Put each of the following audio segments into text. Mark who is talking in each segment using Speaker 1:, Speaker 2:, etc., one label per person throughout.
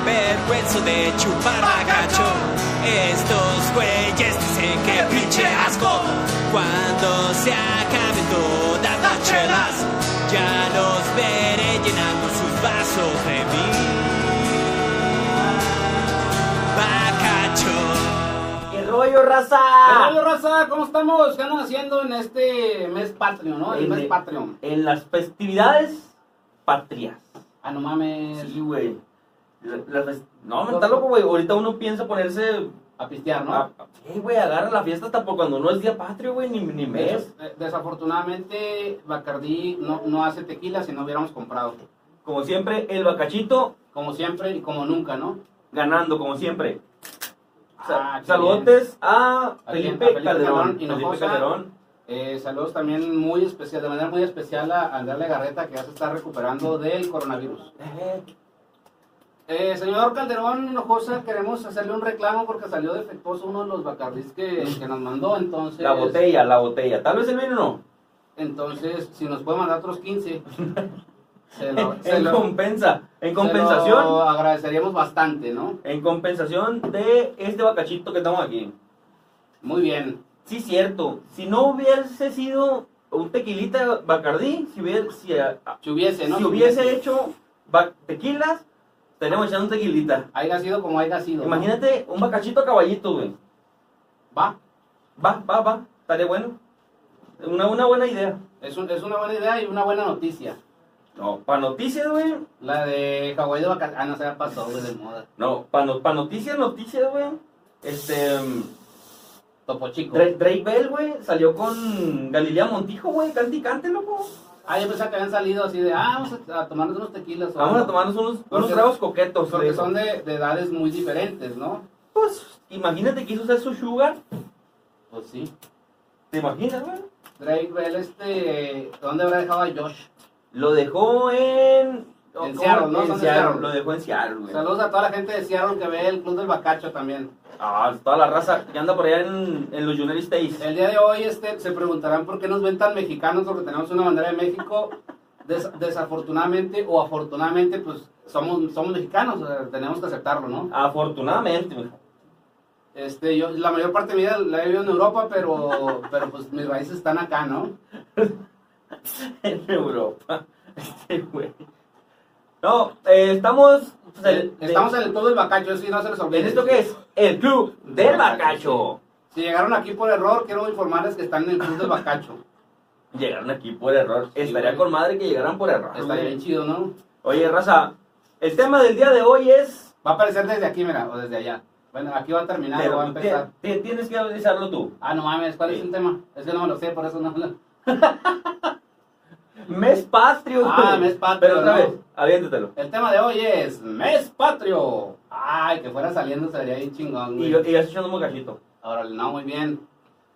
Speaker 1: avergüenzo de chupar gacho Estos güeyes dicen que pinche asco. Cuando se acaben todas las chelas, ya los veré llenando sus vasos de mí. Bacacho.
Speaker 2: ¡Qué rollo, raza!
Speaker 3: Hola raza, ¿cómo estamos? ¿Qué andan haciendo en este mes Patreon, no? El
Speaker 2: En-
Speaker 3: mes Patreon.
Speaker 2: En las festividades patrias.
Speaker 3: Ah, no mames.
Speaker 2: Sí, güey. La- la fes- No, me está loco, güey. Ahorita uno piensa ponerse.
Speaker 3: A pistear, ¿no?
Speaker 2: a- a- Eh, güey, agarra la fiesta hasta por cuando no es día patrio, güey, ni, ni mes.
Speaker 3: Des- Eh, Desafortunadamente, Bacardí no, no hace tequila si no hubiéramos comprado.
Speaker 2: Como siempre, el bacachito
Speaker 3: Como siempre y como nunca, ¿no?
Speaker 2: ganando, como siempre. Sa-
Speaker 3: Ah, qué
Speaker 2: Saludotes a
Speaker 3: ¿A quién?
Speaker 2: Felipe,
Speaker 3: A Felipe
Speaker 2: Calderón.
Speaker 3: Calderón,
Speaker 2: Felipe
Speaker 3: Hinojosa.
Speaker 2: Calderón.
Speaker 3: Eh, saludos también muy especial, de manera muy especial a Andrea Garreta que ya se está recuperando del coronavirus.
Speaker 2: Eh,
Speaker 3: Eh, señor Calderón Hinojosa, queremos hacerle un reclamo porque salió defectuoso uno de los Bacardís que, que nos mandó, entonces...
Speaker 2: La botella, la botella. Tal vez el vino no.
Speaker 3: Entonces, si nos puede mandar otros 15, se lo, se
Speaker 2: En
Speaker 3: lo-
Speaker 2: compensa. En
Speaker 3: se
Speaker 2: compensación.
Speaker 3: lo agradeceríamos bastante, ¿no?
Speaker 2: En compensación de este bacachito que estamos aquí.
Speaker 3: Muy bien.
Speaker 2: Sí, cierto. Si no hubiese sido un tequilita Bacardí, si hubiese, si, a- a-
Speaker 3: Si hubiese, ¿no?
Speaker 2: si hubiese hecho ba- tequilas, estaríamos echando un tequilita.
Speaker 3: Haya sido como haya sido. ¿no?
Speaker 2: Imagínate un bacachito a caballito, güey.
Speaker 3: Va.
Speaker 2: Va, va, va. Estaría bueno. Una, una buena idea.
Speaker 3: Es, un- es una buena idea y una buena noticia.
Speaker 2: No, para noticias, güey.
Speaker 3: La de Hawái de vacaciones. Ah, no se ha pasado güey, de moda.
Speaker 2: No, para no, pa' noticias, noticias, güey. Este. mm,
Speaker 3: Topo Chico.
Speaker 2: Dra- Drake Bell, güey, salió con Galilea Montijo, güey. Cante y cante, loco.
Speaker 3: Ah, yo pensaba que habían salido así de, ah, vamos a, a tomarnos unos tequilas. o
Speaker 2: Vamos a
Speaker 3: algo.
Speaker 2: tomarnos unos, unos
Speaker 3: Porque-
Speaker 2: tragos coquetos.
Speaker 3: Porque
Speaker 2: güey.
Speaker 3: son de, de edades muy diferentes, ¿no?
Speaker 2: Pues, imagínate que hizo ser su sugar.
Speaker 3: Pues sí.
Speaker 2: ¿Te imaginas, güey?
Speaker 3: Drake Bell, este, ¿dónde habrá dejado a Josh?
Speaker 2: Lo dejó en... ¿cómo?
Speaker 3: Seattle, ¿no?
Speaker 2: En
Speaker 3: Son de
Speaker 2: Seattle,
Speaker 3: Seattle.
Speaker 2: Lo dejó en Seattle, güey.
Speaker 3: Saludos a toda la gente de Seattle que ve el Club del Bacacho también.
Speaker 2: Ah, toda la raza que anda por allá en, en los United States.
Speaker 3: El día de hoy este, se preguntarán por qué nos ven tan mexicanos porque tenemos una bandera de México. Des- desafortunadamente o afortunadamente, pues somos, somos mexicanos, o sea, tenemos que aceptarlo, ¿no?
Speaker 2: Afortunadamente, güey.
Speaker 3: Este, yo la mayor parte de mi vida la he vivido en Europa, pero, pero pues mis raíces están acá, ¿no?
Speaker 2: En Europa. Este, güey. No, eh, estamos... pues, el- de-
Speaker 3: Eh, Estamos en el todo del bacacho, eso sí, no se les olvide.
Speaker 2: ¿En esto qué es? El Club del Bacacho.
Speaker 3: Si llegaron aquí por error, quiero informarles que están en el club del bacacho.
Speaker 2: Llegaron aquí por error. Estaría
Speaker 3: güey.
Speaker 2: con madre que llegaran por error.
Speaker 3: Está
Speaker 2: güey.
Speaker 3: bien chido, ¿no?
Speaker 2: Oye, raza, el tema del día de hoy es...
Speaker 3: Va a aparecer desde aquí, mira, o desde allá. Bueno, aquí va a terminar,
Speaker 2: Pero
Speaker 3: o va a empezar.
Speaker 2: ti- ti- tienes que avisarlo tú.
Speaker 3: Ah, no mames, ¿cuál es
Speaker 2: Sí.
Speaker 3: el tema? Es que no me lo sé, por eso no lo...
Speaker 2: Mes patrio.
Speaker 3: Ah,
Speaker 2: güey.
Speaker 3: mes patrio,
Speaker 2: Pero otra
Speaker 3: ¿no?
Speaker 2: vez, aviéntatelo.
Speaker 3: El tema de hoy es mes patrio. Ay, que fuera saliendo sería bien chingón,
Speaker 2: Y
Speaker 3: güey.
Speaker 2: yo, y yo estoy echando un mocachito.
Speaker 3: Ahora, no, muy bien.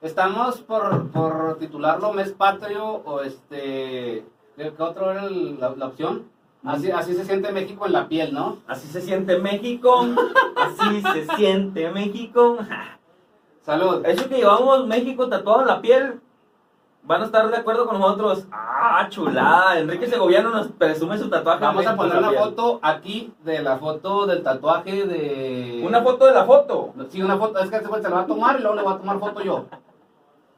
Speaker 3: Estamos por, por titularlo mes patrio o este... ¿Qué qué otro era el- la, la opción?
Speaker 2: Mm.
Speaker 3: Así, así se siente México en la piel, ¿no?
Speaker 2: Así se siente México. Así se siente México.
Speaker 3: Salud.
Speaker 2: Eso que llevamos México tatuado en la piel. Van a estar de acuerdo con nosotros. Ah, chulada. Enrique Segoviano nos presume su tatuaje.
Speaker 3: Vamos a
Speaker 2: México en
Speaker 3: poner
Speaker 2: la
Speaker 3: una
Speaker 2: piel.
Speaker 3: foto aquí de la foto del tatuaje de...
Speaker 2: Una foto de la foto.
Speaker 3: Sí, una foto, es que se se la va a tomar y luego le voy a tomar foto yo.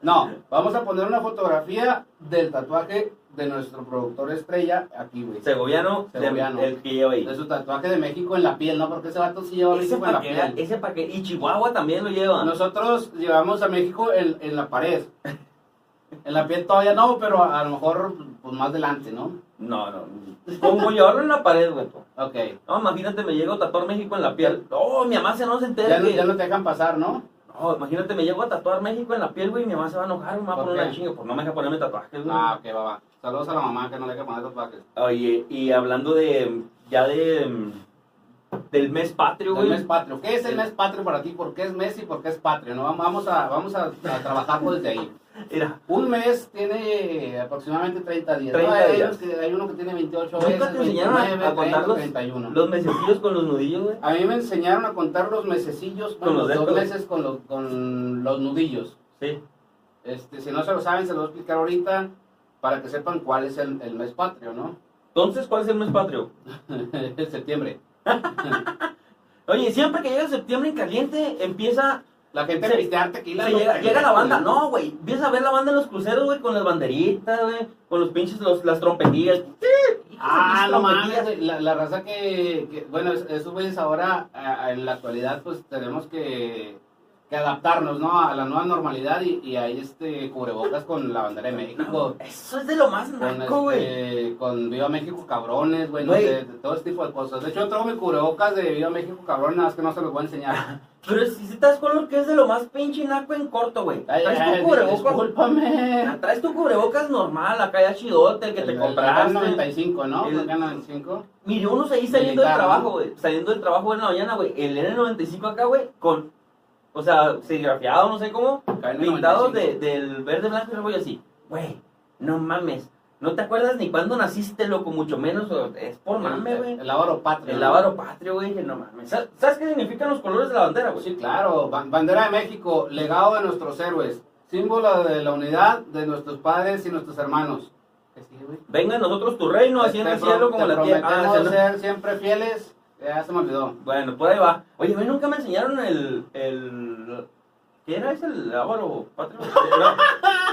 Speaker 3: No, vamos a poner una fotografía del tatuaje de nuestro productor estrella aquí, güey.
Speaker 2: Segoviano, de-
Speaker 3: Segoviano.
Speaker 2: el que lleva
Speaker 3: De
Speaker 2: ahí.
Speaker 3: su tatuaje de México en la piel, ¿no? Porque ese vato sí lleva
Speaker 2: Ese
Speaker 3: México en la
Speaker 2: paquete,
Speaker 3: piel.
Speaker 2: ese paquete. Y Chihuahua también lo lleva.
Speaker 3: Nosotros llevamos a México en, en la pared. En la piel todavía no, pero a, a lo mejor pues, más adelante, ¿no?
Speaker 2: No, no. Como llevarlo en la pared, güey.
Speaker 3: Ok.
Speaker 2: No, imagínate, me llego a tatuar México en la piel. Oh, mi mamá se no se entera.
Speaker 3: Ya no,
Speaker 2: que-
Speaker 3: ya no te dejan pasar, ¿no?
Speaker 2: No, imagínate, me llego a tatuar México en la piel, güey, y mi mamá se va a enojar, me va a
Speaker 3: ¿Por
Speaker 2: poner
Speaker 3: qué?
Speaker 2: una chinga, pues no me deja ponerme tatuajes, güey.
Speaker 3: Ah, ok, va, va. Saludos a la mamá que no le deja poner tatuajes.
Speaker 2: Oye, y hablando de, ya de, mm, del mes patrio,
Speaker 3: El
Speaker 2: güey.
Speaker 3: mes patrio. ¿Qué es el mes patrio para ti? ¿Por qué es mes y por qué es patrio? No, vamos a, vamos a, a trabajarlo desde ahí.
Speaker 2: Mira,
Speaker 3: Un mes tiene aproximadamente 30 días. ¿no?
Speaker 2: 30
Speaker 3: hay,
Speaker 2: días.
Speaker 3: unos que- hay uno que tiene 28
Speaker 2: ¿Nunca
Speaker 3: veces,
Speaker 2: te enseñaron a- a
Speaker 3: 29,
Speaker 2: contar los-
Speaker 3: 31.
Speaker 2: los mesecillos con los nudillos, güey.
Speaker 3: A mí me enseñaron a contar los mesecillos,
Speaker 2: Con
Speaker 3: bueno,
Speaker 2: los
Speaker 3: los dos
Speaker 2: dedos.
Speaker 3: meses con, los- con los nudillos.
Speaker 2: Sí.
Speaker 3: Este, si no se lo saben, se lo voy a explicar ahorita para que sepan cuál es el, el mes patrio, ¿no?
Speaker 2: Entonces, ¿cuál es el mes patrio?
Speaker 3: septiembre.
Speaker 2: Oye, siempre que llega septiembre en caliente, empieza.
Speaker 3: La gente
Speaker 2: Sí.
Speaker 3: a pistear tequila.
Speaker 2: se
Speaker 3: ¿no?
Speaker 2: llega, llega la banda, no, güey. Empieza a ver la banda en los cruceros, güey, con las banderitas, güey, con los pinches, los, las trompetillas. Sí,
Speaker 3: Ah,
Speaker 2: las
Speaker 3: no
Speaker 2: trompetillas.
Speaker 3: mames, güey, la, la raza que, que- bueno, es- esos güeyes ahora, a- a- en la actualidad, pues tenemos que, que adaptarnos, ¿no? A la nueva normalidad y, y ahí este cubrebocas con la bandera de México,
Speaker 2: Eso es de lo más
Speaker 3: con,
Speaker 2: naco, güey.
Speaker 3: este, con Viva México cabrones, güey, no
Speaker 2: Güey.
Speaker 3: sé, de todo este tipo de cosas. De hecho, yo traigo mi cubrebocas de Viva México cabrones, nada más que no se los voy a enseñar.
Speaker 2: Pero si, si te das color que es de lo más pinche naco en corto, güey.
Speaker 3: Ay,
Speaker 2: Traes
Speaker 3: ay,
Speaker 2: tu cubrebocas.
Speaker 3: Discúlpame.
Speaker 2: Traes tu cubrebocas normal, acá ya chidote, el que te
Speaker 3: El- el
Speaker 2: compraste.
Speaker 3: 95, ¿no?
Speaker 2: El-
Speaker 3: El 95.
Speaker 2: Miré unos ahí saliendo del
Speaker 3: Militar, ¿no?
Speaker 2: trabajo, güey. Saliendo del trabajo en la mañana, güey. El N95 acá, güey, con. O sea, serigrafiado, no sé cómo.
Speaker 3: KN95.
Speaker 2: Pintados de, del verde, blanco y rojo y así. Güey, no mames. No te acuerdas ni cuándo naciste, loco, mucho menos. o- Es por mame, güey.
Speaker 3: El, el ávaro patrio.
Speaker 2: El
Speaker 3: ¿no?
Speaker 2: avaro patrio, güey, que no mames. ¿Sabes- ¿Sabes qué significan los colores de la bandera,
Speaker 3: Pues
Speaker 2: güey?
Speaker 3: sí, claro. Ba- Bandera de México, legado de nuestros héroes, símbolo de la unidad de nuestros padres y nuestros hermanos.
Speaker 2: Venga a nosotros tu reino, así en el cielo como la tierra. Ah,
Speaker 3: prometemos eh.
Speaker 2: ese no.
Speaker 3: ser siempre fieles. Ya se me olvidó.
Speaker 2: Bueno, por ahí va. Oye, a mí nunca me enseñaron el. el ¿Qué era ese? El ávaro patrio. No,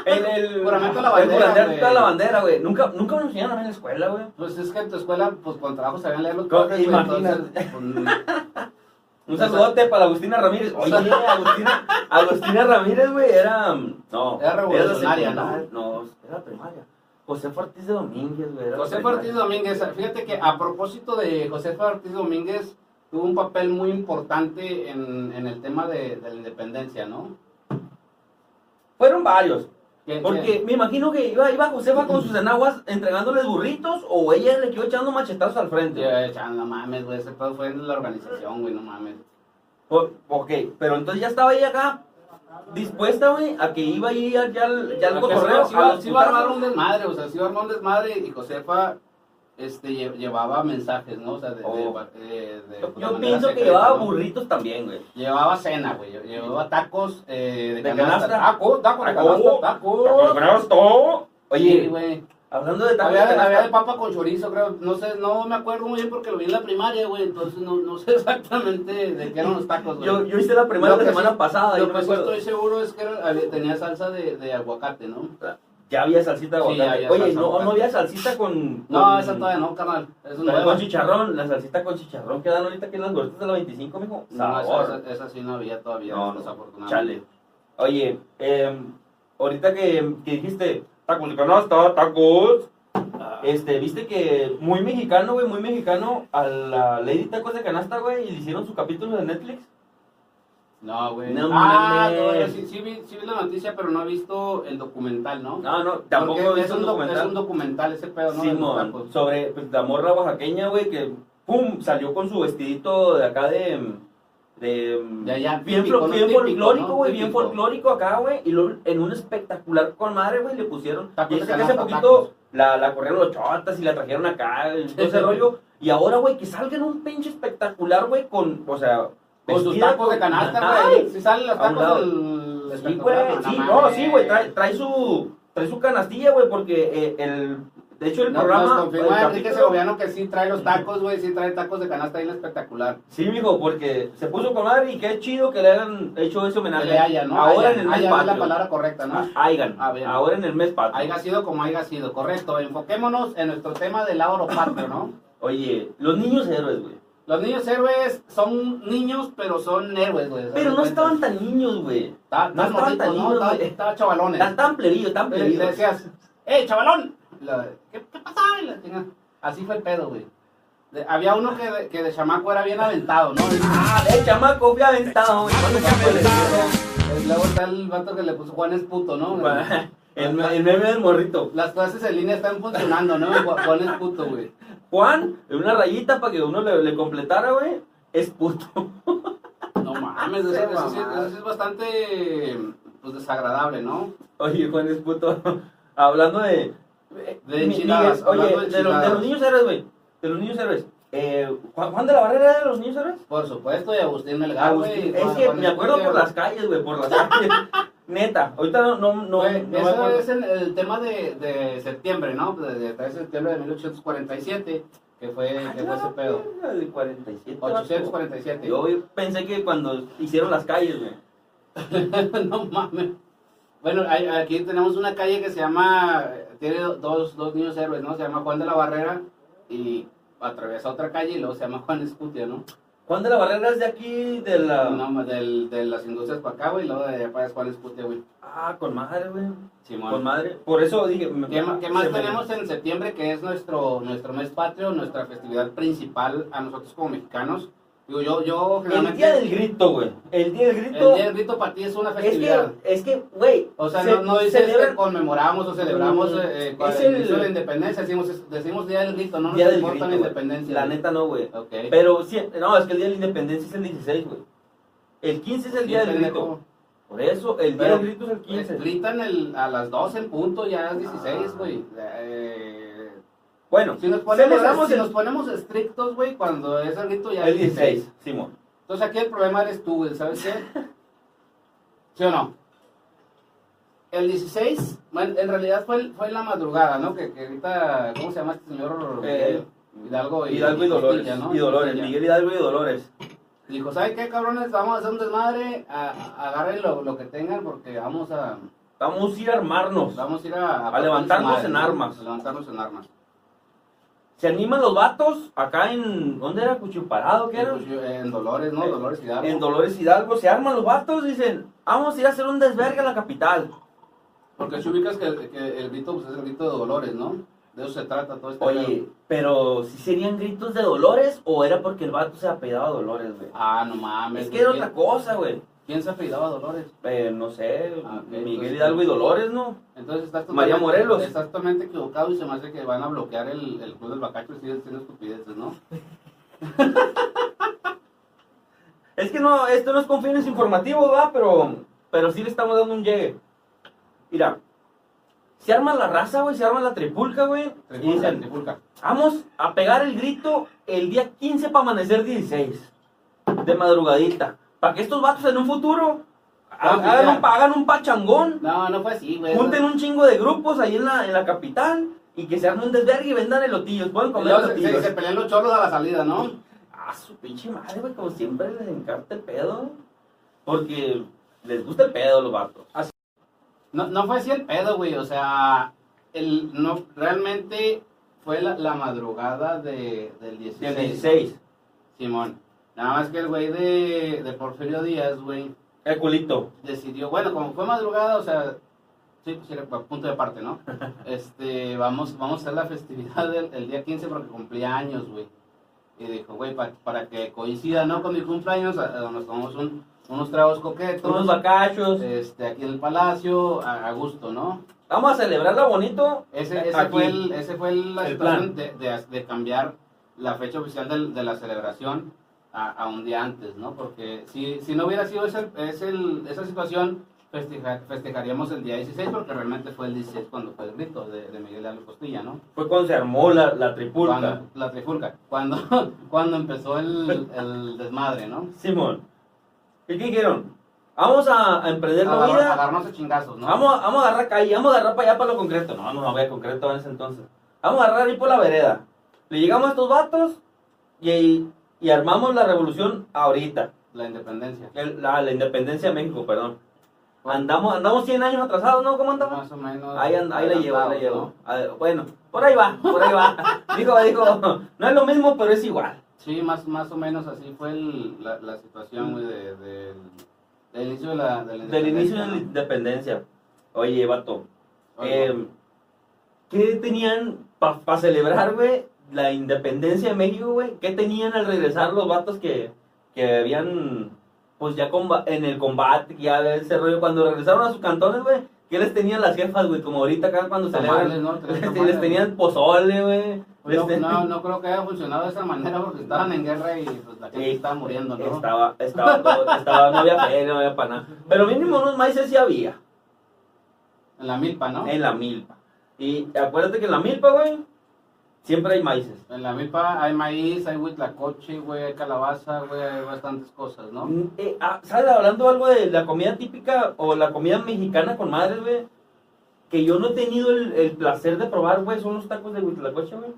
Speaker 2: El, el
Speaker 3: Juramento a la bandera,
Speaker 2: El juramento a la
Speaker 3: güey.
Speaker 2: bandera, güey. Nunca, nunca me enseñaron a mí en la escuela, güey.
Speaker 3: Pues es que en tu escuela, pues con trabajo sabían leer los
Speaker 2: Co-
Speaker 3: códices, güey,
Speaker 2: imagínate.
Speaker 3: entonces, pues,
Speaker 2: Un saludote para Agustina Ramírez. Oye, Agustina, Agustina Ramírez, güey, era. mm, No.
Speaker 3: Era revolucionaria,
Speaker 2: la secundaria, No, era primaria. José Ortiz de Domínguez, güey. era
Speaker 3: José
Speaker 2: primaria.
Speaker 3: Ortiz Domínguez, fíjate que a propósito de José Ortiz Domínguez, tuvo un papel muy importante en, en el tema de, de la independencia, ¿no?
Speaker 2: Fueron varios.
Speaker 3: Que-
Speaker 2: Porque
Speaker 3: que-
Speaker 2: me imagino que iba, iba Josefa con sus enaguas entregándoles burritos o ella le quedó echando machetazos al frente. güey.
Speaker 3: Eh, chan, no mames, güey, ese pedo fue en la organización, güey, no mames.
Speaker 2: O- Ok, pero entonces ya estaba ella acá dispuesta, güey, a que iba a ir ya al, ya al
Speaker 3: Porque
Speaker 2: cotorreo.
Speaker 3: sí iba,
Speaker 2: los
Speaker 3: sí iba a
Speaker 2: putazos.
Speaker 3: armar un desmadre, o sea, sí iba a armar un desmadre y Josefa este, lle- llevaba mensajes, ¿no? O sea, de, de-
Speaker 2: Oh.
Speaker 3: de- de-
Speaker 2: Yo-
Speaker 3: de
Speaker 2: Yo
Speaker 3: manera
Speaker 2: pienso que
Speaker 3: secreta,
Speaker 2: llevaba
Speaker 3: ¿no?
Speaker 2: burritos también, güey.
Speaker 3: Llevaba cena, güey, lle- llevaba tacos eh,
Speaker 2: De
Speaker 3: de, canasta.
Speaker 2: canasta.
Speaker 3: Tacos, tacos de canasta, tacos. Sí,
Speaker 2: Oye,
Speaker 3: güey.
Speaker 2: hablando de tacos de
Speaker 3: Había, de- había de
Speaker 2: canasta,
Speaker 3: papa con chorizo, creo. No sé, no me acuerdo muy bien porque lo vi en la primaria, güey. Entonces no, no sé exactamente de qué eran los tacos, güey.
Speaker 2: yo, yo hice la primera
Speaker 3: Lo
Speaker 2: la
Speaker 3: que
Speaker 2: semana
Speaker 3: sí-
Speaker 2: pasada, yo
Speaker 3: Lo
Speaker 2: no
Speaker 3: que
Speaker 2: me
Speaker 3: sí
Speaker 2: acuerdo.
Speaker 3: estoy seguro es que era- tenía salsa de, de aguacate, ¿no?
Speaker 2: Ya había salsita de
Speaker 3: Sí,
Speaker 2: aguacate.
Speaker 3: había
Speaker 2: Oye,
Speaker 3: salsa
Speaker 2: no,
Speaker 3: de aguacate.
Speaker 2: no había salsita con...
Speaker 3: No,
Speaker 2: con-
Speaker 3: esa todavía no, carnal. Es
Speaker 2: con-
Speaker 3: nueva.
Speaker 2: Con chicharrón, la salsita con chicharrón que dan ahorita aquí en las gorditas de la 25, mijo.
Speaker 3: No, esa,
Speaker 2: Sabor.
Speaker 3: esa- esa sí no había todavía,
Speaker 2: No, no. Chale.
Speaker 3: desafortunadamente.
Speaker 2: Oye, eh, ahorita que, que dijiste tacos de canasta, tacos.
Speaker 3: Ah.
Speaker 2: Este, viste que muy mexicano, güey, muy mexicano a la Lady Tacos de Canasta, güey, y le hicieron su capítulo de Netflix.
Speaker 3: No, güey.
Speaker 2: No
Speaker 3: ah,
Speaker 2: mames.
Speaker 3: no, yo sí, sí vi, sí vi la noticia, pero no he visto el documental, ¿no?
Speaker 2: No, no,
Speaker 3: Porque
Speaker 2: tampoco
Speaker 3: es
Speaker 2: es
Speaker 3: un,
Speaker 2: un
Speaker 3: doc- es un
Speaker 2: documental.
Speaker 3: documental ese pedo, ¿no? De los
Speaker 2: Simón,
Speaker 3: tacos.
Speaker 2: sobre pues, la morra oaxaqueña, güey, que pum, salió con su vestidito de acá de. de
Speaker 3: De allá,
Speaker 2: bien,
Speaker 3: típico,
Speaker 2: fol-
Speaker 3: ¿no?
Speaker 2: bien
Speaker 3: Típico,
Speaker 2: folclórico,
Speaker 3: ¿no?
Speaker 2: güey, bien
Speaker 3: Típico.
Speaker 2: folclórico acá, güey, y luego en un espectacular con madre, güey, le pusieron.
Speaker 3: Tacos
Speaker 2: y
Speaker 3: de
Speaker 2: dice que hace
Speaker 3: canasta,
Speaker 2: poquito
Speaker 3: tacos.
Speaker 2: la, la corrieron los chotas y la trajeron acá, y todo ese rollo. Y ahora, güey, que salga en un pinche espectacular, güey, con, o sea.
Speaker 3: Con sus
Speaker 2: vestida
Speaker 3: tacos de
Speaker 2: con-
Speaker 3: canasta,
Speaker 2: ¡Ay!
Speaker 3: güey. Si salen los
Speaker 2: A un lado.
Speaker 3: tacos del...
Speaker 2: Sí, güey, sí, no, sí, güey, trae, trae su, trae su canastilla, güey, porque eh, el, de hecho el
Speaker 3: No,
Speaker 2: programa,
Speaker 3: nos
Speaker 2: el
Speaker 3: pues, confirma Enrique
Speaker 2: capítulo-
Speaker 3: Segoviano que sí trae los tacos, güey, sí trae tacos de canasta ahí en espectacular.
Speaker 2: sí, mijo, porque se puso con madre y qué chido que le hayan hecho ese
Speaker 3: Que
Speaker 2: homenaje.
Speaker 3: le haya, ¿no?
Speaker 2: Ahora
Speaker 3: Haya,
Speaker 2: en el mes
Speaker 3: haya es la
Speaker 2: patrio.
Speaker 3: palabra correcta, ¿no?
Speaker 2: Ah, hayan.
Speaker 3: A ver.
Speaker 2: ahora en el mes patrio.
Speaker 3: Haiga sido como haya sido, correcto. Enfoquémonos en nuestro tema del oro patrio, ¿no?
Speaker 2: Oye, los niños héroes, güey.
Speaker 3: Los niños héroes son niños, pero son héroes, güey.
Speaker 2: Pero no estaban tan niños, güey.
Speaker 3: Estaban
Speaker 2: no estaban tan niños,
Speaker 3: ¿no?
Speaker 2: güey.
Speaker 3: Estaban chavalones.
Speaker 2: Tan, tan plebillos, tan
Speaker 3: Le
Speaker 2: plebillos.
Speaker 3: decías, ¡eh, chavalón! La- ¿Qué, qué pasa? Y la chingada. Así fue el pedo, güey. De- había uno que de, que de chamaco era bien aventado, ¿no?
Speaker 2: Ah, el chamaco fue aventado, güey.
Speaker 1: Chamaco fue aventado.
Speaker 3: Y luego está el vato que le puso Juan es puto, ¿no?
Speaker 2: El, me- el meme del morrito.
Speaker 3: Las clases en línea están funcionando, ¿no? Ju- Juan es puto, güey.
Speaker 2: Juan, una rayita para que uno le, le completara, güey. Es puto.
Speaker 3: No mames, eso, eso sí, eso sí es bastante pues, desagradable, ¿no?
Speaker 2: Oye, Juan es puto. Hablando de.
Speaker 3: De enchiladas,
Speaker 2: Oye,
Speaker 3: hablando
Speaker 2: de,
Speaker 3: de
Speaker 2: los, de los
Speaker 3: enchiladas.
Speaker 2: niños héroes, güey. De los niños héroes. Eh, Juan, Juan de la Barrera era de los niños héroes.
Speaker 3: Por supuesto, y Agustín Melgar,
Speaker 2: Agustín.
Speaker 3: güey.
Speaker 2: Es
Speaker 3: Juan-
Speaker 2: que
Speaker 3: Juan
Speaker 2: me acuerdo
Speaker 3: Escutia,
Speaker 2: por las calles, güey, por las calles. Neta, ahorita no, no, no,
Speaker 3: Güey,
Speaker 2: no me
Speaker 3: eso
Speaker 2: acuerdo.
Speaker 3: es el, el tema de, de septiembre, ¿no? De, de 3 de septiembre de 1847. ¿Qué fue,
Speaker 2: Ah,
Speaker 3: qué fue ese pedo?
Speaker 2: El 47. vato.
Speaker 3: 847.
Speaker 2: Yo pensé que cuando hicieron las calles, güey.
Speaker 3: no mames. Bueno, hay- aquí tenemos una calle que se llama, tiene dos, dos niños héroes, ¿no? Se llama Juan de la Barrera y atraviesa otra calle y luego se llama Juan Escutia, ¿no?
Speaker 2: Juan de la Barrera es de aquí, de la.
Speaker 3: No, ma- del- de las industrias para acá, güey, y luego de allá para allá es Juan Escutia, güey.
Speaker 2: Ah, con madre, güey.
Speaker 3: Simón.
Speaker 2: Con madre. Por eso dije. me-
Speaker 3: ¿Qué, ma- qué más
Speaker 2: se me-
Speaker 3: tenemos en septiembre que es nuestro, nuestro mes patrio, nuestra festividad principal a nosotros como mexicanos? Digo, yo, yo
Speaker 2: El
Speaker 3: generalmente...
Speaker 2: día del grito, güey. El día del
Speaker 3: el
Speaker 2: grito.
Speaker 3: Día del grito para ti es una
Speaker 2: Es
Speaker 3: festividad.
Speaker 2: que, es que, güey.
Speaker 3: O sea,
Speaker 2: se-
Speaker 3: no, no dices
Speaker 2: celebran
Speaker 3: que conmemoramos o celebramos
Speaker 2: Mm,
Speaker 3: eh, eh,
Speaker 2: es
Speaker 3: el
Speaker 2: el-
Speaker 3: inicio de la independencia, decimos, decimos día del grito, no nos
Speaker 2: Día del
Speaker 3: importa la
Speaker 2: Grito, güey.
Speaker 3: independencia.
Speaker 2: La neta no, güey.
Speaker 3: Ok.
Speaker 2: Pero sí, no, es que el día de la independencia es el 16, güey. El 15 es el
Speaker 3: Sí,
Speaker 2: día del
Speaker 3: pendejo.
Speaker 2: grito. Por eso, el día
Speaker 3: Pero-
Speaker 2: del grito es el 15.
Speaker 3: Pues, gritan el- a las 12 en punto, ya es 16,
Speaker 2: Ah.
Speaker 3: güey. Eh,
Speaker 2: Bueno,
Speaker 3: si nos ponemos,
Speaker 2: celebramos
Speaker 3: si
Speaker 2: el-
Speaker 3: nos ponemos estrictos, güey, cuando es el grito ya
Speaker 2: el 16, Simón.
Speaker 3: Entonces aquí el problema eres tú, güey, ¿sabes qué? ¿Sí o no? El 16, bueno, en realidad fue, el- fue en la madrugada, ¿no? Que, que ahorita, ¿cómo se llama este señor?
Speaker 2: Eh,
Speaker 3: Hidalgo y,
Speaker 2: Hidalgo y
Speaker 3: Costilla,
Speaker 2: Dolores.
Speaker 3: ¿no?
Speaker 2: Y Dolores,
Speaker 3: Costilla.
Speaker 2: Miguel Hidalgo y Dolores.
Speaker 3: Dijo, ¿saben qué, cabrones? Vamos a hacer un desmadre, a- a- agarren lo, lo que tengan porque vamos a,
Speaker 2: Vamos a ir a armarnos.
Speaker 3: vamos a ir a...
Speaker 2: A levantarnos en
Speaker 3: ¿no?
Speaker 2: armas.
Speaker 3: A levantarnos en armas.
Speaker 2: Se animan los vatos acá en. ¿Dónde era? Cuchuparado, ¿qué era?
Speaker 3: Pues yo- En Dolores, ¿no?
Speaker 2: Eh,
Speaker 3: Dolores Hidalgo.
Speaker 2: En Dolores Hidalgo se arman los vatos, dicen, vamos a ir a hacer un desvergue a la capital.
Speaker 3: Porque si ubicas que, el- que el grito pues, es el grito de Dolores, ¿no? De eso se trata todo este pedo.
Speaker 2: Oye, pero si serían gritos de Dolores o era porque el vato se apellidaba Dolores, güey.
Speaker 3: Ah, no mames.
Speaker 2: es que era
Speaker 3: güey.
Speaker 2: otra cosa, güey.
Speaker 3: ¿Quién se apellidaba Dolores?
Speaker 2: Eh, no sé,
Speaker 3: Ah, ok,
Speaker 2: Miguel
Speaker 3: entonces-
Speaker 2: Hidalgo y Dolores, ¿no?
Speaker 3: Entonces estás
Speaker 2: María Morelos.
Speaker 3: Exactamente equivocado y se me hace que van a bloquear el, el club del bacacho y siguen haciendo estupideces, ¿no?
Speaker 2: Es que no, esto no es con fines informativos, va, pero, pero sí le estamos dando un llegue. Mira, se arma la raza, güey, se arma la tripulca, güey. y
Speaker 3: Tripulca,
Speaker 2: dicen,
Speaker 3: tripulca.
Speaker 2: Vamos a pegar el grito el día 15 para amanecer 16. De madrugadita. Para que estos vatos en un futuro ha-
Speaker 3: Ah,
Speaker 2: hagan
Speaker 3: ya.
Speaker 2: un, hagan un pachangón.
Speaker 3: No, no fue así, güey.
Speaker 2: Junten un chingo de grupos ahí en la, en la capital. Y que se arme un desvergue y vendan elotillos. Pueden
Speaker 3: Y
Speaker 2: comer
Speaker 3: luego se,
Speaker 2: elotillos.
Speaker 3: se- se pelean los cholos a la salida, ¿no?
Speaker 2: Ah, su pinche madre, güey. Como siempre les encanta el pedo. Porque les gusta el pedo a los vatos.
Speaker 3: No, no fue así el pedo, güey. O sea, el, no, realmente fue la, la madrugada de, del 16.
Speaker 2: El 16.
Speaker 3: Simón. Nada más que el güey de, de Porfirio Díaz, güey,
Speaker 2: El culito.
Speaker 3: decidió, bueno, como fue madrugada, o sea, sí, pues era punto de parte, ¿no? Este, vamos, vamos a hacer la festividad del, el día 15 porque cumplía años, güey. Y dijo, güey, pa- para que coincida, ¿no? Con mi cumpleaños, a- a- nos tomamos un- unos tragos coquetos.
Speaker 2: Unos bacachos.
Speaker 3: este, aquí en el palacio, a, a gusto, ¿no?
Speaker 2: Vamos a celebrarla bonito. Eh,
Speaker 3: Ese, ese
Speaker 2: Aquí.
Speaker 3: fue, el, ese fue el- la
Speaker 2: El
Speaker 3: situación de, de- de cambiar la fecha oficial del- de, la celebración a, a un día antes, ¿no? Porque si, si no hubiera sido ese, ese el- esa situación, festeja- festejaríamos el día 16, porque realmente fue el 16 cuando fue el grito de, de Miguel Ángel Costilla, ¿no?
Speaker 2: Fue cuando se armó la, la tripulca.
Speaker 3: Cuando, la trifulca, cuando, cuando empezó el, el desmadre, ¿no?
Speaker 2: Simón. ¿Y qué dijeron? Vamos a, a emprender la
Speaker 3: Agarrar-
Speaker 2: vida.
Speaker 3: agarrarnos a chingazos, ¿no?
Speaker 2: Vamos, a- vamos a agarrar calle, vamos a agarrar para allá para lo concreto. No, no, no había concreto en ese entonces. Vamos a agarrar ahí por la vereda. Le llegamos a estos vatos y, y armamos la revolución ahorita.
Speaker 3: La independencia.
Speaker 2: El- la, la independencia de México, perdón. Andamos, andamos 100 años atrasados, ¿no? ¿Cómo andamos?
Speaker 3: Más o menos.
Speaker 2: Ahí, and- ahí la llevo, ahí la
Speaker 3: adelantados,
Speaker 2: llevo.
Speaker 3: ¿no?
Speaker 2: A ver, Bueno, por ahí va, por ahí va. Dijo, dijo, no es lo mismo, pero es igual.
Speaker 3: Sí, más, más o menos así fue el- la, la situación, güey, de, del- del inicio de la, de la
Speaker 2: Del inicio de la
Speaker 3: independencia,
Speaker 2: independencia. Oye, vato.
Speaker 3: ¿no?
Speaker 2: Eh, ¿Qué tenían para celebrar, güey, la independencia de México, güey? ¿Qué tenían al regresar los vatos que, que habían, pues ya comba- en el combate, que ya ese rollo? Cuando regresaron a sus cantones, güey, ¿qué les tenían las jefas, güey? Como ahorita acá cuando
Speaker 3: Tamales,
Speaker 2: celebran.
Speaker 3: ¿no? Tres
Speaker 2: Les,
Speaker 3: tamales.
Speaker 2: este, les tenían pozole, güey. les
Speaker 3: No,
Speaker 2: ten-
Speaker 3: no, no creo que haya funcionado de esa manera porque estaban en guerra y pues, la gente
Speaker 2: Sí.
Speaker 3: estaba muriendo, ¿no?
Speaker 2: Estaba, estaba, todo- estaba, no había fe, no había para nada. Pero mínimo unos maíces sí había.
Speaker 3: En la milpa, ¿no?
Speaker 2: En la milpa. Y acuérdate que en la milpa, güey, siempre hay maíces.
Speaker 3: En la milpa hay maíz, hay huitlacoche, güey, hay calabaza, güey, hay bastantes cosas, ¿no?
Speaker 2: Mm, eh, ah, ¿Sabes? Hablando algo de la comida típica o la comida mexicana con madres, güey. Que yo no he tenido el, el placer de probar, güey, son los tacos de huitlacoche, güey.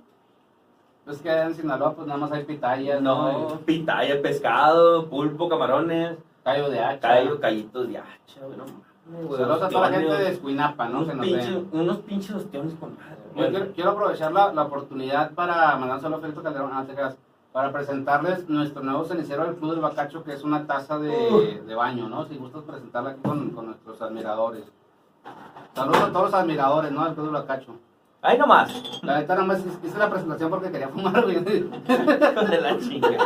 Speaker 3: Pues que en Sinaloa, pues nada más hay pitayas, ¿no?
Speaker 2: No, pitaya, pescado, pulpo, camarones,
Speaker 3: Callo de hacha.
Speaker 2: callo, callitos de hacha, güey, no mames, güey,
Speaker 3: Saludos a toda la gente
Speaker 2: ostiones,
Speaker 3: de Escuinapa, ¿no? Que
Speaker 2: Unos
Speaker 3: nos
Speaker 2: pinches,
Speaker 3: ven.
Speaker 2: unos pinches ostiones con madre.
Speaker 3: Yo
Speaker 2: Bueno,
Speaker 3: quiero, quiero aprovechar la, la oportunidad para mandar un saludo a Félix Calderón a Texas para presentarles nuestro nuevo cenicero del Club del Bacacho, que es una taza de,
Speaker 2: Uh.
Speaker 3: de baño, ¿no? Si gustas presentarla aquí con, con nuestros admiradores. Saludos a todos los admiradores, ¿no? Del Club del Bacacho.
Speaker 2: Ahí nomás,
Speaker 3: La neta, nada más hice la presentación porque quería fumar, güey.
Speaker 2: hijo de la chinga.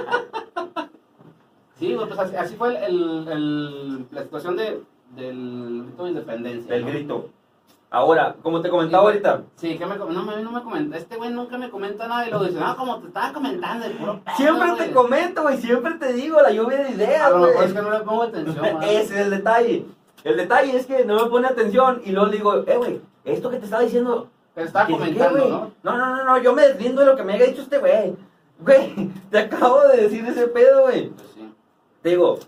Speaker 3: Sí, güey, pues así, así fue el, el- el- la situación de, del grito de independencia.
Speaker 2: Del
Speaker 3: ¿no?
Speaker 2: grito. Ahora, como te comentaba
Speaker 3: Sí,
Speaker 2: ahorita,
Speaker 3: Sí, que me, com- no, me- no me comenta. Este güey nunca me comenta nada y lo dice, no, como te estaba comentando, el puro pedo,
Speaker 2: siempre
Speaker 3: Ah, güey".
Speaker 2: te comento, güey, siempre te digo la lluvia de
Speaker 3: A
Speaker 2: ideas,
Speaker 3: lo mejor
Speaker 2: güey.
Speaker 3: es que no le pongo atención, güey.
Speaker 2: Ese es el detalle. El detalle es que no me pone atención y luego le digo, eh, güey, esto que te estaba diciendo.
Speaker 3: Te estaba
Speaker 2: ¿qué- qué,
Speaker 3: comentando,
Speaker 2: güey?
Speaker 3: ¿no?
Speaker 2: No, no, no, no, yo me deslindo de lo que me haya dicho este güey. Güey, te acabo de decir ese pedo, güey.
Speaker 3: Pues sí.
Speaker 2: Te digo,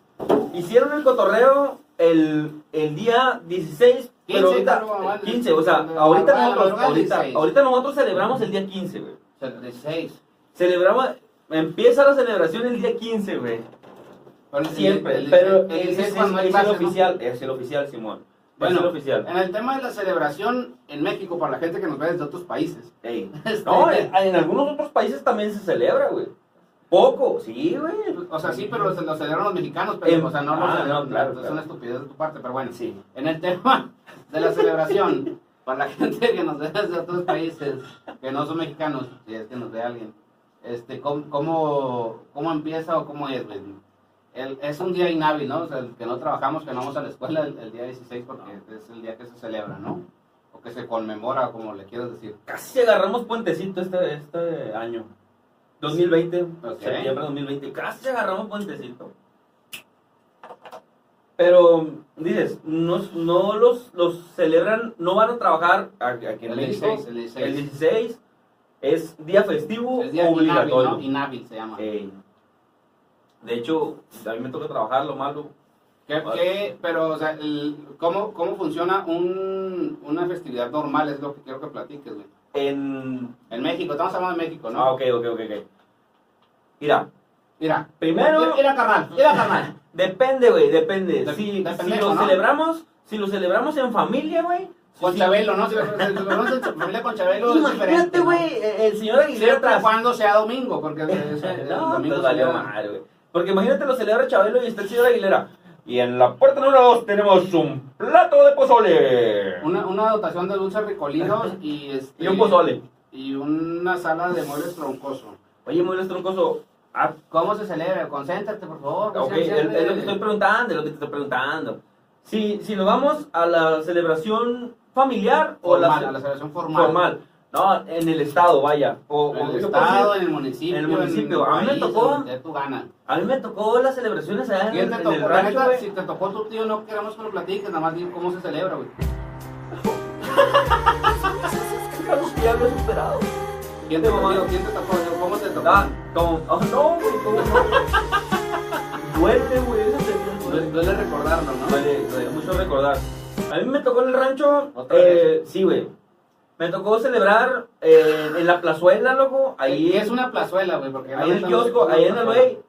Speaker 2: hicieron el cotorreo el, el día 16, pero
Speaker 3: 15,
Speaker 2: ahorita.
Speaker 3: pero, bueno,
Speaker 2: 15, o sea,
Speaker 3: pero,
Speaker 2: ahorita
Speaker 3: bueno,
Speaker 2: nosotros,
Speaker 3: bueno,
Speaker 2: ahorita,
Speaker 3: 16.
Speaker 2: ahorita nosotros celebramos el día 15, güey.
Speaker 3: O sea, 16.
Speaker 2: Celebramos, empieza la celebración el día 15, güey.
Speaker 3: Pero el-
Speaker 2: Siempre,
Speaker 3: el- el-
Speaker 2: pero
Speaker 3: el
Speaker 2: ese
Speaker 3: 16
Speaker 2: es,
Speaker 3: cuando hay
Speaker 2: es el
Speaker 3: clases, ¿no?
Speaker 2: oficial, es el oficial, Simón. es el
Speaker 3: Bueno,
Speaker 2: oficial.
Speaker 3: en el tema de la celebración en México, para la gente que nos ve desde otros países.
Speaker 2: Ey.
Speaker 3: Este,
Speaker 2: No, en, en algunos otros países también se celebra, güey. Poco, sí, güey.
Speaker 3: O sea, sí, pero lo, lo celebran los mexicanos, pero,
Speaker 2: Em,
Speaker 3: o sea, no lo
Speaker 2: ah,
Speaker 3: celebran.
Speaker 2: no, claro,
Speaker 3: es
Speaker 2: claro.
Speaker 3: una estupidez de tu parte, pero bueno.
Speaker 2: Sí.
Speaker 3: En el tema de la celebración, para la gente que nos ve desde otros países, que no son mexicanos, si es que nos ve alguien, este, ¿cómo, cómo, cómo empieza o cómo es? güey? El- es un día inhábil, ¿no? O sea, el que no trabajamos, que no vamos a la escuela el, el día 16 porque es el día que se celebra, ¿no? O que se conmemora, como le quieras decir.
Speaker 2: Casi agarramos puentecito este, este año. 2020,
Speaker 3: Ok.
Speaker 2: septiembre 2020, casi agarramos puentecito. Pero, dices, no, no los, los celebran, no van a trabajar aquí aquí en
Speaker 3: El
Speaker 2: México.
Speaker 3: 16, el 16.
Speaker 2: El 16 es día festivo
Speaker 3: Es día inhábil,
Speaker 2: obligatorio.
Speaker 3: ¿no? Inhábil se llama.
Speaker 2: Ey. De hecho, a mí me toca trabajar lo malo.
Speaker 3: ¿Qué, qué- pero, o sea, el- ¿cómo, ¿cómo funciona un, una festividad normal? Es lo que quiero que platiques, güey.
Speaker 2: En.
Speaker 3: En México, estamos hablando de México, ¿no?
Speaker 2: Ah, ok, ok, ok, ok. Mira,
Speaker 3: Mira.
Speaker 2: primero,
Speaker 3: Mira, mira, carnal, mira, carnal.
Speaker 2: depende, güey, depende.
Speaker 3: Dep-
Speaker 2: si,
Speaker 3: depende,
Speaker 2: si lo
Speaker 3: ¿no?
Speaker 2: celebramos, si lo celebramos en familia, güey.
Speaker 3: Con
Speaker 2: sí.
Speaker 3: Chabelo, ¿no? Si lo si lo conoces, tu familia con Chabelo es diferente.
Speaker 2: Imagínate,
Speaker 3: ¿no?
Speaker 2: güey, eh, el señor Aguilera
Speaker 3: Siempre
Speaker 2: atrás.
Speaker 3: cuando sea domingo, porque es, es- el
Speaker 2: No,
Speaker 3: domingo
Speaker 2: te
Speaker 3: se
Speaker 2: valió
Speaker 3: llama.
Speaker 2: madre, güey. Porque imagínate lo celebra Chabelo y está el señor Aguilera. Y en la puerta número 2 tenemos un plato de pozole.
Speaker 3: Una, una dotación de dulces ricolinos y, este,
Speaker 2: Y un pozole.
Speaker 3: Y una sala de muebles troncoso.
Speaker 2: Oye, muy troncoso. Ah,
Speaker 3: ¿Cómo se celebra? Concéntrate, por favor.
Speaker 2: Ok,
Speaker 3: sean-
Speaker 2: es,
Speaker 3: sean de-
Speaker 2: es lo que estoy preguntando, es lo que te estoy preguntando. Si, si nos vamos a la celebración familiar o
Speaker 3: formal,
Speaker 2: la,
Speaker 3: a la celebración formal.
Speaker 2: formal. No, en el estado, vaya. O,
Speaker 3: En
Speaker 2: o-
Speaker 3: el
Speaker 2: yo
Speaker 3: estado,
Speaker 2: por
Speaker 3: en el municipio.
Speaker 2: en el municipio. A mí me
Speaker 3: país,
Speaker 2: tocó-
Speaker 3: donde tú ganas.
Speaker 2: decir, a mí me tocó las celebraciones allá en,
Speaker 3: ¿Quién
Speaker 2: el-
Speaker 3: te
Speaker 2: en
Speaker 3: tocó?
Speaker 2: el
Speaker 3: La
Speaker 2: rancho,
Speaker 3: neta,
Speaker 2: güey.
Speaker 3: si te tocó tu tío, no queremos que lo platiques, nada más di cómo se celebra, güey.
Speaker 2: Carlos, que ya había superado.
Speaker 3: ¿Quién te tocó? ¿Quién te tocó? ¿Cómo te tocó?
Speaker 2: Ah, como, oh, no, güey, cómo no. Duele, güey, esa celebración
Speaker 3: Due-
Speaker 2: duele.
Speaker 3: Duele recordarlo, ¿no?
Speaker 2: Duele, duele mucho recordar. A mí me tocó en el rancho.
Speaker 3: Otra
Speaker 2: eh, sí, güey. Me tocó celebrar eh, en la plazuela, loco. Ahí
Speaker 3: Ahí es una plazuela, güey, porque
Speaker 2: Ahí en el
Speaker 3: ahorita no sé
Speaker 2: kiosco,
Speaker 3: cómo
Speaker 2: ahí
Speaker 3: es
Speaker 2: en
Speaker 3: la
Speaker 2: el
Speaker 3: plazuela.
Speaker 2: güey.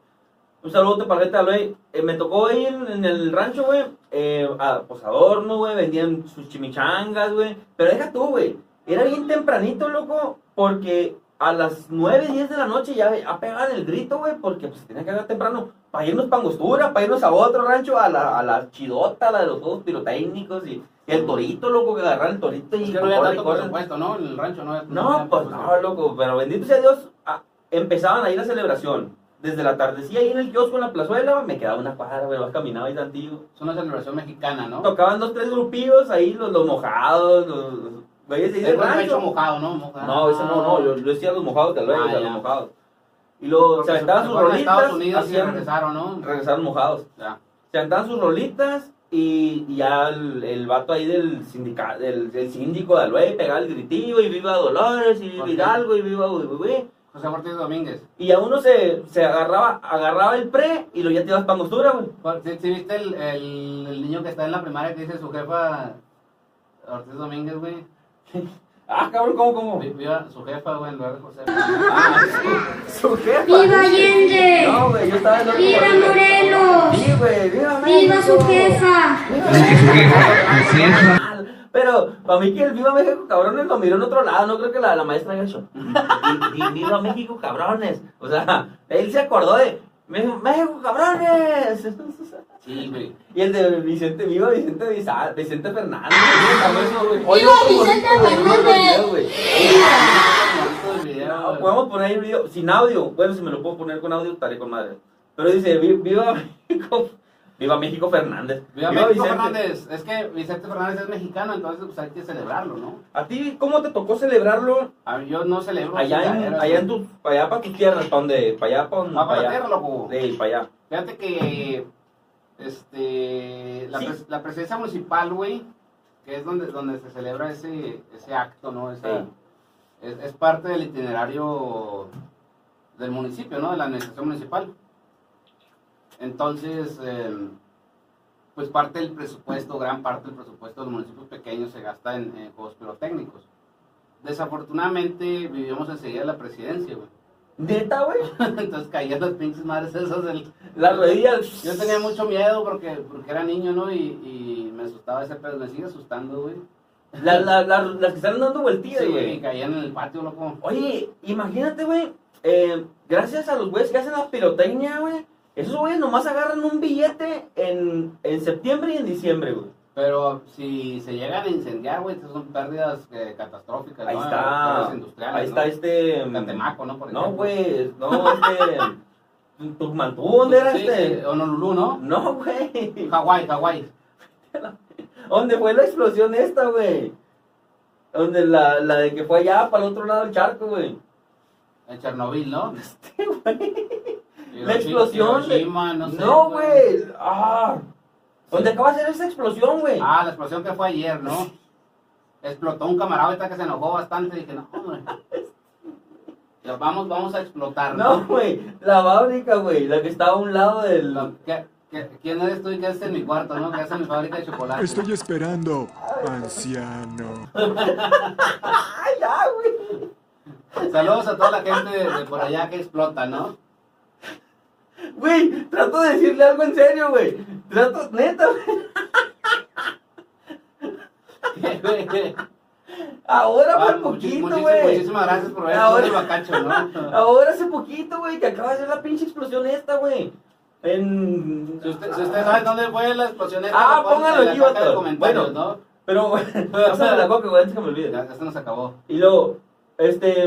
Speaker 2: Un saludo para la gente de Aloy. Eh, me tocó ahí en, en el rancho, güey. Eh, a- pues adorno, güey. Vendían sus chimichangas, güey. Pero deja tú, güey. Era bien tempranito, loco. Porque a las 9, 10 de la noche ya, ya pegaban el grito, güey. Porque pues tenía que llegar temprano. Para irnos para Angostura, para irnos a otro rancho, a la, a la chidota, a la de los juegos pirotécnicos. Y, y el torito, loco, que agarraban el torito y
Speaker 3: Es que no había
Speaker 2: corre y
Speaker 3: tanto
Speaker 2: corre.
Speaker 3: presupuesto, ¿no? En el rancho no había
Speaker 2: No,
Speaker 3: tanto
Speaker 2: pues
Speaker 3: presupuesto.
Speaker 2: no, loco, pero bendito sea Dios, ah, empezaban ahí la celebración. Desde la tardecilla ahí en el kiosco en la plazuela, me quedaba una cuadra, güey, más caminaba ahí tantillo.
Speaker 3: Es una celebración mexicana, ¿no?
Speaker 2: Tocaban dos, tres grupillos ahí, los, los mojados, los los güeyes ahí
Speaker 3: Es
Speaker 2: del
Speaker 3: un rancho
Speaker 2: rancho.
Speaker 3: mojado, ¿no? Mojado.
Speaker 2: No, eso no, no, yo, yo decía los mojados de luego,
Speaker 3: Ah,
Speaker 2: o sea,
Speaker 3: ya.
Speaker 2: los mojados. Y luego se
Speaker 3: Porque
Speaker 2: aventaban sus
Speaker 3: fueron a Estados
Speaker 2: rolitas,
Speaker 3: Unidos y
Speaker 2: hacían-
Speaker 3: regresaron, ¿no?
Speaker 2: regresaron mojados.
Speaker 3: Ya.
Speaker 2: Se aventaban sus rolitas y, y ya el, el vato ahí del sindicato, del, del síndico de Aluey pegaba el gritillo y viva Dolores y viva
Speaker 3: Ok.
Speaker 2: Hidalgo y viva uy, uy, uy.
Speaker 3: José Ortiz Domínguez.
Speaker 2: Y ya uno se, se agarraba, agarraba el pre y lo ya te ibas para Angostura, güey.
Speaker 3: ¿Sí, sí viste el, el, el niño que está en la primaria que dice su jefa Ortiz Domínguez, güey?
Speaker 2: Ah, cabrón, ¿cómo, cómo?
Speaker 3: Vi- Viva su jefa, güey, en lugar de José.
Speaker 2: Su jefa.
Speaker 4: ¡Viva Allende!
Speaker 2: No, güey, yo estaba en otro
Speaker 4: ¡Viva
Speaker 2: partido.
Speaker 4: Morelos!
Speaker 2: Sí, güey, viva México.
Speaker 4: ¡Viva su jefa!
Speaker 2: Pero para mí que el Viva México, cabrones, lo miró en otro lado. No creo que la, la maestra haya hecho. Y- y Viva México, cabrones. O sea, él se acordó de "Me- México, cabrones.
Speaker 3: Sí, güey.
Speaker 2: Y el de Vicente, viva Vicente, Viza- Vicente Fernández.
Speaker 3: Oye,
Speaker 4: ¡Viva
Speaker 3: ¿cómo-
Speaker 4: Vicente
Speaker 3: cómo-
Speaker 4: Fernández!
Speaker 3: Ah, cómo-
Speaker 2: No, podemos poner el video sin audio. Bueno, si me lo puedo poner con audio, estaré con madre. Pero dice, "Vi- viva México. Viva México Fernández.
Speaker 3: Viva México
Speaker 2: Vicente.
Speaker 3: Fernández. Es que Vicente Fernández es mexicano, entonces pues hay que celebrarlo, ¿no?
Speaker 2: ¿A ti cómo te tocó celebrarlo
Speaker 3: A mí, yo no celebro.
Speaker 2: allá en,
Speaker 3: chingaderas,
Speaker 2: allá en
Speaker 3: güey.
Speaker 2: tus, para allá para tus tierras, para donde, para allá, para donde,
Speaker 3: Va Ah, para la
Speaker 2: allá?
Speaker 3: tierra, loco.
Speaker 2: Ey, para allá.
Speaker 3: Fíjate que este la,
Speaker 2: Sí.
Speaker 3: pres- la presencia municipal, güey, que es donde donde se celebra ese ese acto, ¿no? Esa-
Speaker 2: Sí.
Speaker 3: es, es parte del itinerario del municipio, ¿no? De la administración municipal. Entonces, eh, pues parte del presupuesto, gran parte del presupuesto de los municipios pequeños se gasta en, en juegos pirotécnicos. Desafortunadamente vivimos enseguida la presidencia, güey.
Speaker 2: Neta, güey.
Speaker 3: Entonces caían las pinches madres esas del,
Speaker 2: Las rodillas.
Speaker 3: yo tenía mucho miedo porque, porque era niño, ¿no? Y, y me asustaba ese pedo. Me sigue asustando, güey.
Speaker 2: La- la- la- las que están dando vueltillas,
Speaker 3: Sí,
Speaker 2: güey.
Speaker 3: y caían en el patio, loco.
Speaker 2: Oye, imagínate, güey. eh, gracias a los güeyes que hacen la pirotecnia, güey. Esos güeyes nomás agarran un billete en, en septiembre y en diciembre, güey.
Speaker 3: Pero si se llegan a incendiar, güey, esas son pérdidas eh, catastróficas,
Speaker 2: Ahí
Speaker 3: ¿no?
Speaker 2: está.
Speaker 3: Pérdidas industriales,
Speaker 2: Ahí está
Speaker 3: ¿no?
Speaker 2: este. mm,
Speaker 3: Catemaco, ¿no? Por
Speaker 2: No,
Speaker 3: ejemplo.
Speaker 2: güey. No, este. Tu- Tucumán, ¿tú dónde era
Speaker 3: Sí, sí,
Speaker 2: este?
Speaker 3: Honolulu, ¿no?
Speaker 2: No, güey.
Speaker 3: Hawái, Hawái.
Speaker 2: ¿Dónde fue la explosión esta, güey? Donde la, la de que fue allá para el otro lado del charco, güey.
Speaker 3: En Chernobyl, ¿no?
Speaker 2: Este, güey.
Speaker 3: Hiroshi-
Speaker 2: La explosión. de-
Speaker 3: Hiroshima, no sé.
Speaker 2: No, güey. Ah. ¿Dónde acaba de ser esa explosión, güey?
Speaker 3: Ah, la explosión que fue ayer, ¿no? Explotó un camarada ahorita que se enojó bastante. Dije, no, hombre. Ya Vamos, vamos a explotar,
Speaker 2: No, pues. güey, la fábrica, güey, la que estaba a un lado del...
Speaker 3: Lo- ¿qué- qué- quién eres tú y qué haces en mi cuarto, no? ¿Qué haces en mi fábrica de chocolate?
Speaker 5: Estoy esperando, anciano.
Speaker 2: ¡Ay, Ah, ya, güey!
Speaker 3: Saludos a toda la gente de, de por allá que explota, ¿no?
Speaker 2: Güey, trato de decirle algo en serio, güey. Trato, neta, güey. Ahora
Speaker 3: Ah,
Speaker 2: por
Speaker 3: muchi-
Speaker 2: poquito,
Speaker 3: Ah, muchis-
Speaker 2: güey.
Speaker 3: Muchísimas gracias por ver
Speaker 2: Ahora-
Speaker 3: el bacacho, ¿no?
Speaker 2: Ahora hace poquito, güey, que acaba de ser la pinche explosión esta, güey. En...
Speaker 3: Si usted, si usted sabe dónde fue la explosión esta,
Speaker 2: Ah,
Speaker 3: lo ponen en
Speaker 2: póngalo
Speaker 3: la
Speaker 2: aquí,
Speaker 3: caja de
Speaker 2: vato.
Speaker 3: comentarios,
Speaker 2: Bueno.
Speaker 3: ¿no?
Speaker 2: Pero, güey, pásame la coca, güey, antes que me olvide.
Speaker 3: Ya, ya se nos acabó.
Speaker 2: Y luego, este.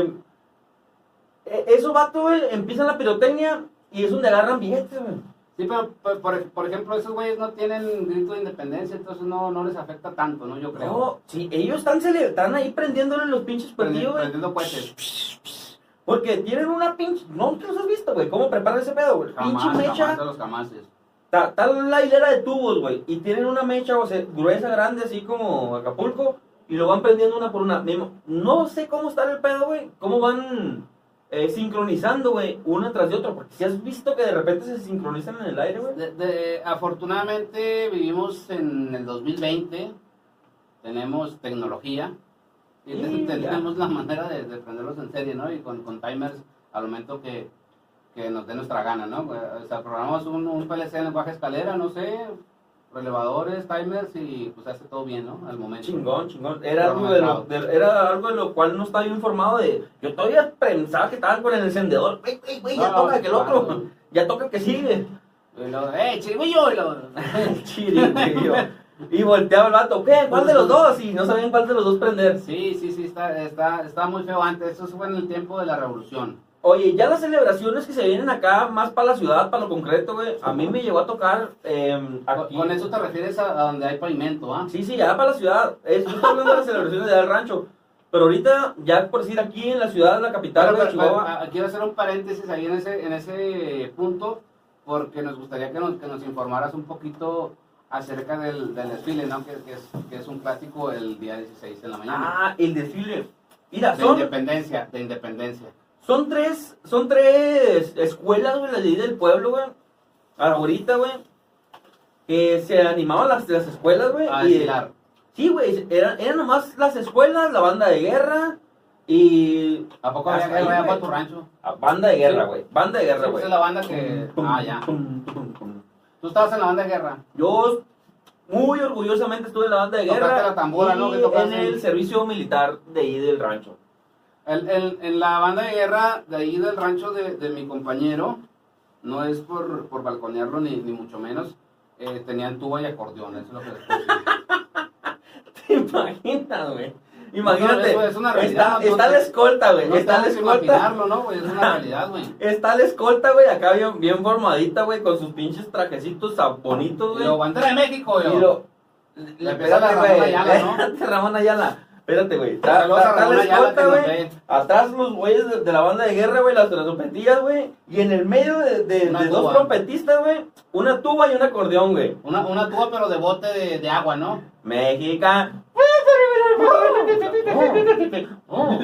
Speaker 2: e- Esos vatos, güey, empiezan la pirotecnia y es donde agarran billetes, güey.
Speaker 3: Sí, pero por, por- por ejemplo, esos güeyes no tienen grito de independencia, entonces no, no les afecta tanto, ¿no? Yo creo.
Speaker 2: No, pues sí, ellos están, cele- están ahí prendiéndole los pinches
Speaker 3: Prendi-
Speaker 2: perdidos, güey.
Speaker 3: prendiendo cohetes.
Speaker 2: Porque tienen una pinche. No, ¿qué los has visto, güey? ¿Cómo preparan ese pedo, güey?
Speaker 3: Jamás,
Speaker 2: Pinche
Speaker 3: jamás a
Speaker 2: mecha.
Speaker 3: los jamases.
Speaker 2: Está está la hilera de tubos, güey. Y tienen una mecha, o sea, gruesa, grande, así como Acapulco. Y lo van prendiendo una por una. Me ima- No sé cómo está el pedo, güey. Cómo van eh, sincronizando, güey, una tras de otra. Porque si has visto que de repente se sincronizan en el aire, güey.
Speaker 3: De- de- afortunadamente vivimos en el 2020, tenemos tecnología y te-
Speaker 2: Sí, ya.
Speaker 3: tenemos la manera de, de prenderlos en serie, ¿no? Y con, con timers al momento que, que nos dé nuestra gana, ¿no? Pues, O sea, programamos un, un PLC en lenguaje escalera, no sé, relevadores, timers y pues hace todo bien, ¿no? Al momento.
Speaker 2: Chingón, chingón. Era algo, de lo,
Speaker 3: Programado.
Speaker 2: de- era algo de lo cual no estaba yo informado de... Yo todavía pensaba que estaban con el encendedor. Güey, güey, güey, ya
Speaker 3: No,
Speaker 2: toca que el otro.
Speaker 3: claro.
Speaker 2: Ya toca que sigue.
Speaker 3: Y luego, ¡eh, chihuillo! Y luego,
Speaker 2: Chiringuillo. y volteaba el vato. ¿Qué? ¿Cuál de los dos? Y no sabían cuál de los dos prender.
Speaker 3: sí, sí, sí, está, está, está muy feo antes. Eso fue en el tiempo de la revolución.
Speaker 2: Oye, ya las celebraciones que se vienen acá, más para la ciudad, para lo concreto, güey. A mí me llegó a tocar eh,
Speaker 3: Con,
Speaker 2: aquí.
Speaker 3: con eso te refieres a, a donde hay pavimento, ¿ah?
Speaker 2: Sí, sí, ya para la ciudad. Es, yo estoy hablando de las celebraciones de allá del rancho. Pero ahorita, ya por decir aquí en la ciudad, en la capital
Speaker 3: Pero,
Speaker 2: de
Speaker 3: pero, pero,
Speaker 2: Chihuahua.
Speaker 3: a- quiero hacer un paréntesis ahí en ese, en ese punto, porque nos gustaría que nos, que nos informaras un poquito acerca del, del desfile, ¿no? Que, que es, que es un clásico el día 16 de la mañana.
Speaker 2: Ah, el desfile. Mira,
Speaker 3: de
Speaker 2: Ah, son,
Speaker 3: independencia, de independencia.
Speaker 2: son tres, son tres escuelas, güey, las de ahí del pueblo, güey. Ahorita, güey. Que se animaban las, las escuelas, güey.
Speaker 3: A
Speaker 2: y-
Speaker 3: desfilar.
Speaker 2: Sí, güey, eran, eran nomás las escuelas, la banda de guerra y.
Speaker 3: ¿A poco
Speaker 2: Hasta
Speaker 3: había que
Speaker 2: ahí,
Speaker 3: para
Speaker 2: güey.
Speaker 3: tu rancho?
Speaker 2: Ah, Banda de guerra,
Speaker 3: Sí.
Speaker 2: güey. Banda de guerra,
Speaker 3: Esa
Speaker 2: güey.
Speaker 3: es la banda que. Ah, ya.
Speaker 2: Tum, tum, tum.
Speaker 3: Tú estabas en la banda de guerra.
Speaker 2: Yo muy orgullosamente estuve en la banda de
Speaker 3: Tocaste
Speaker 2: guerra
Speaker 3: la tambora, ¿no?
Speaker 2: y
Speaker 3: Que tocaste.
Speaker 2: en el servicio militar de ahí del rancho.
Speaker 3: El, el- en la banda de guerra de ahí del rancho de, de mi compañero, no es por, por balconearlo ni, ni mucho menos, eh, tenían tuba y acordeón, eso es lo que les puse.
Speaker 2: ¿Te imaginas, güey?
Speaker 3: No,
Speaker 2: Imagínate.
Speaker 3: eso es una realidad,
Speaker 2: está,
Speaker 3: no
Speaker 2: está
Speaker 3: te-
Speaker 2: la escolta, güey.
Speaker 3: No
Speaker 2: está la
Speaker 3: estamos
Speaker 2: escolta.
Speaker 3: imaginarlo, ¿no, güey? Es una realidad, güey.
Speaker 2: Está la escolta, güey, acá bien, bien formadita, güey, con sus pinches trajecitos saponitos,
Speaker 3: Y
Speaker 2: güey.
Speaker 3: lo bandera de México,
Speaker 2: Y
Speaker 3: yo.
Speaker 2: lo-
Speaker 3: Le empieza
Speaker 2: Espérate,
Speaker 3: la Ramón
Speaker 2: güey.
Speaker 3: Ayala, ¿no?
Speaker 2: Espérate, Ramón Ayala. Espérate, güey. Está,
Speaker 3: Saludos
Speaker 2: está-
Speaker 3: a
Speaker 2: está
Speaker 3: Ramón
Speaker 2: la
Speaker 3: Ayala,
Speaker 2: escolta,
Speaker 3: que nos
Speaker 2: güey.
Speaker 3: ve.
Speaker 2: Atrás los güeyes de, de la banda de guerra, güey, las trompetillas, güey. Y en el medio de, de-
Speaker 3: Una
Speaker 2: de dos
Speaker 3: tuba.
Speaker 2: trompetistas, güey, una tuba y un acordeón, güey.
Speaker 3: Una, una tuba, pero de bote de, de agua, ¿no?
Speaker 2: México. Oh.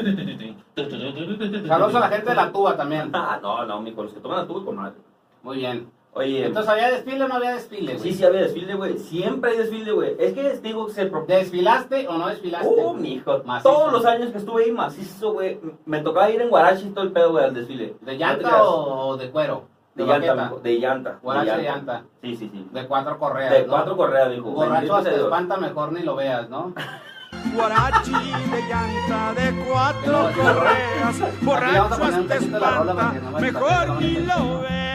Speaker 3: Saludos a la gente de la tuba también.
Speaker 2: Ah, no, no, mi con los que toman la tuba con madre.
Speaker 3: Muy bien.
Speaker 2: Oye,
Speaker 3: Entonces, ¿había desfile o no había desfile, güey?
Speaker 2: sí, sí había desfile, güey. Siempre hay desfile, güey. Es que les digo que se propone.
Speaker 3: ¿Desfilaste o no desfilaste?
Speaker 2: Uh, mijo.
Speaker 3: Macizo.
Speaker 2: Todos los años que estuve ahí macizo, güey. m- Me tocaba ir en Guarachi y todo el pedo, güey, al desfile.
Speaker 3: ¿De
Speaker 2: No te
Speaker 3: llanta
Speaker 2: creas.
Speaker 3: o o de cuero?
Speaker 2: De
Speaker 3: baqueta?
Speaker 2: llanta, mijo, de llanta. de
Speaker 3: Guarache de llanta.
Speaker 2: Sí, sí, sí.
Speaker 3: De cuatro correas.
Speaker 2: De
Speaker 3: ¿no?
Speaker 2: cuatro correas, dijo.
Speaker 3: Borracho hasta
Speaker 2: Bendito sea
Speaker 3: espanta, mejor ni lo veas, ¿no?
Speaker 6: Guarachi de llanta de cuatro
Speaker 3: Aquí
Speaker 6: correas,
Speaker 3: vamos a
Speaker 6: borracho
Speaker 3: poner un
Speaker 6: hasta
Speaker 3: poquito de la rola
Speaker 6: espanta,
Speaker 3: porque no va a
Speaker 6: mejor
Speaker 3: estar
Speaker 6: ni
Speaker 3: bien.
Speaker 6: lo veas.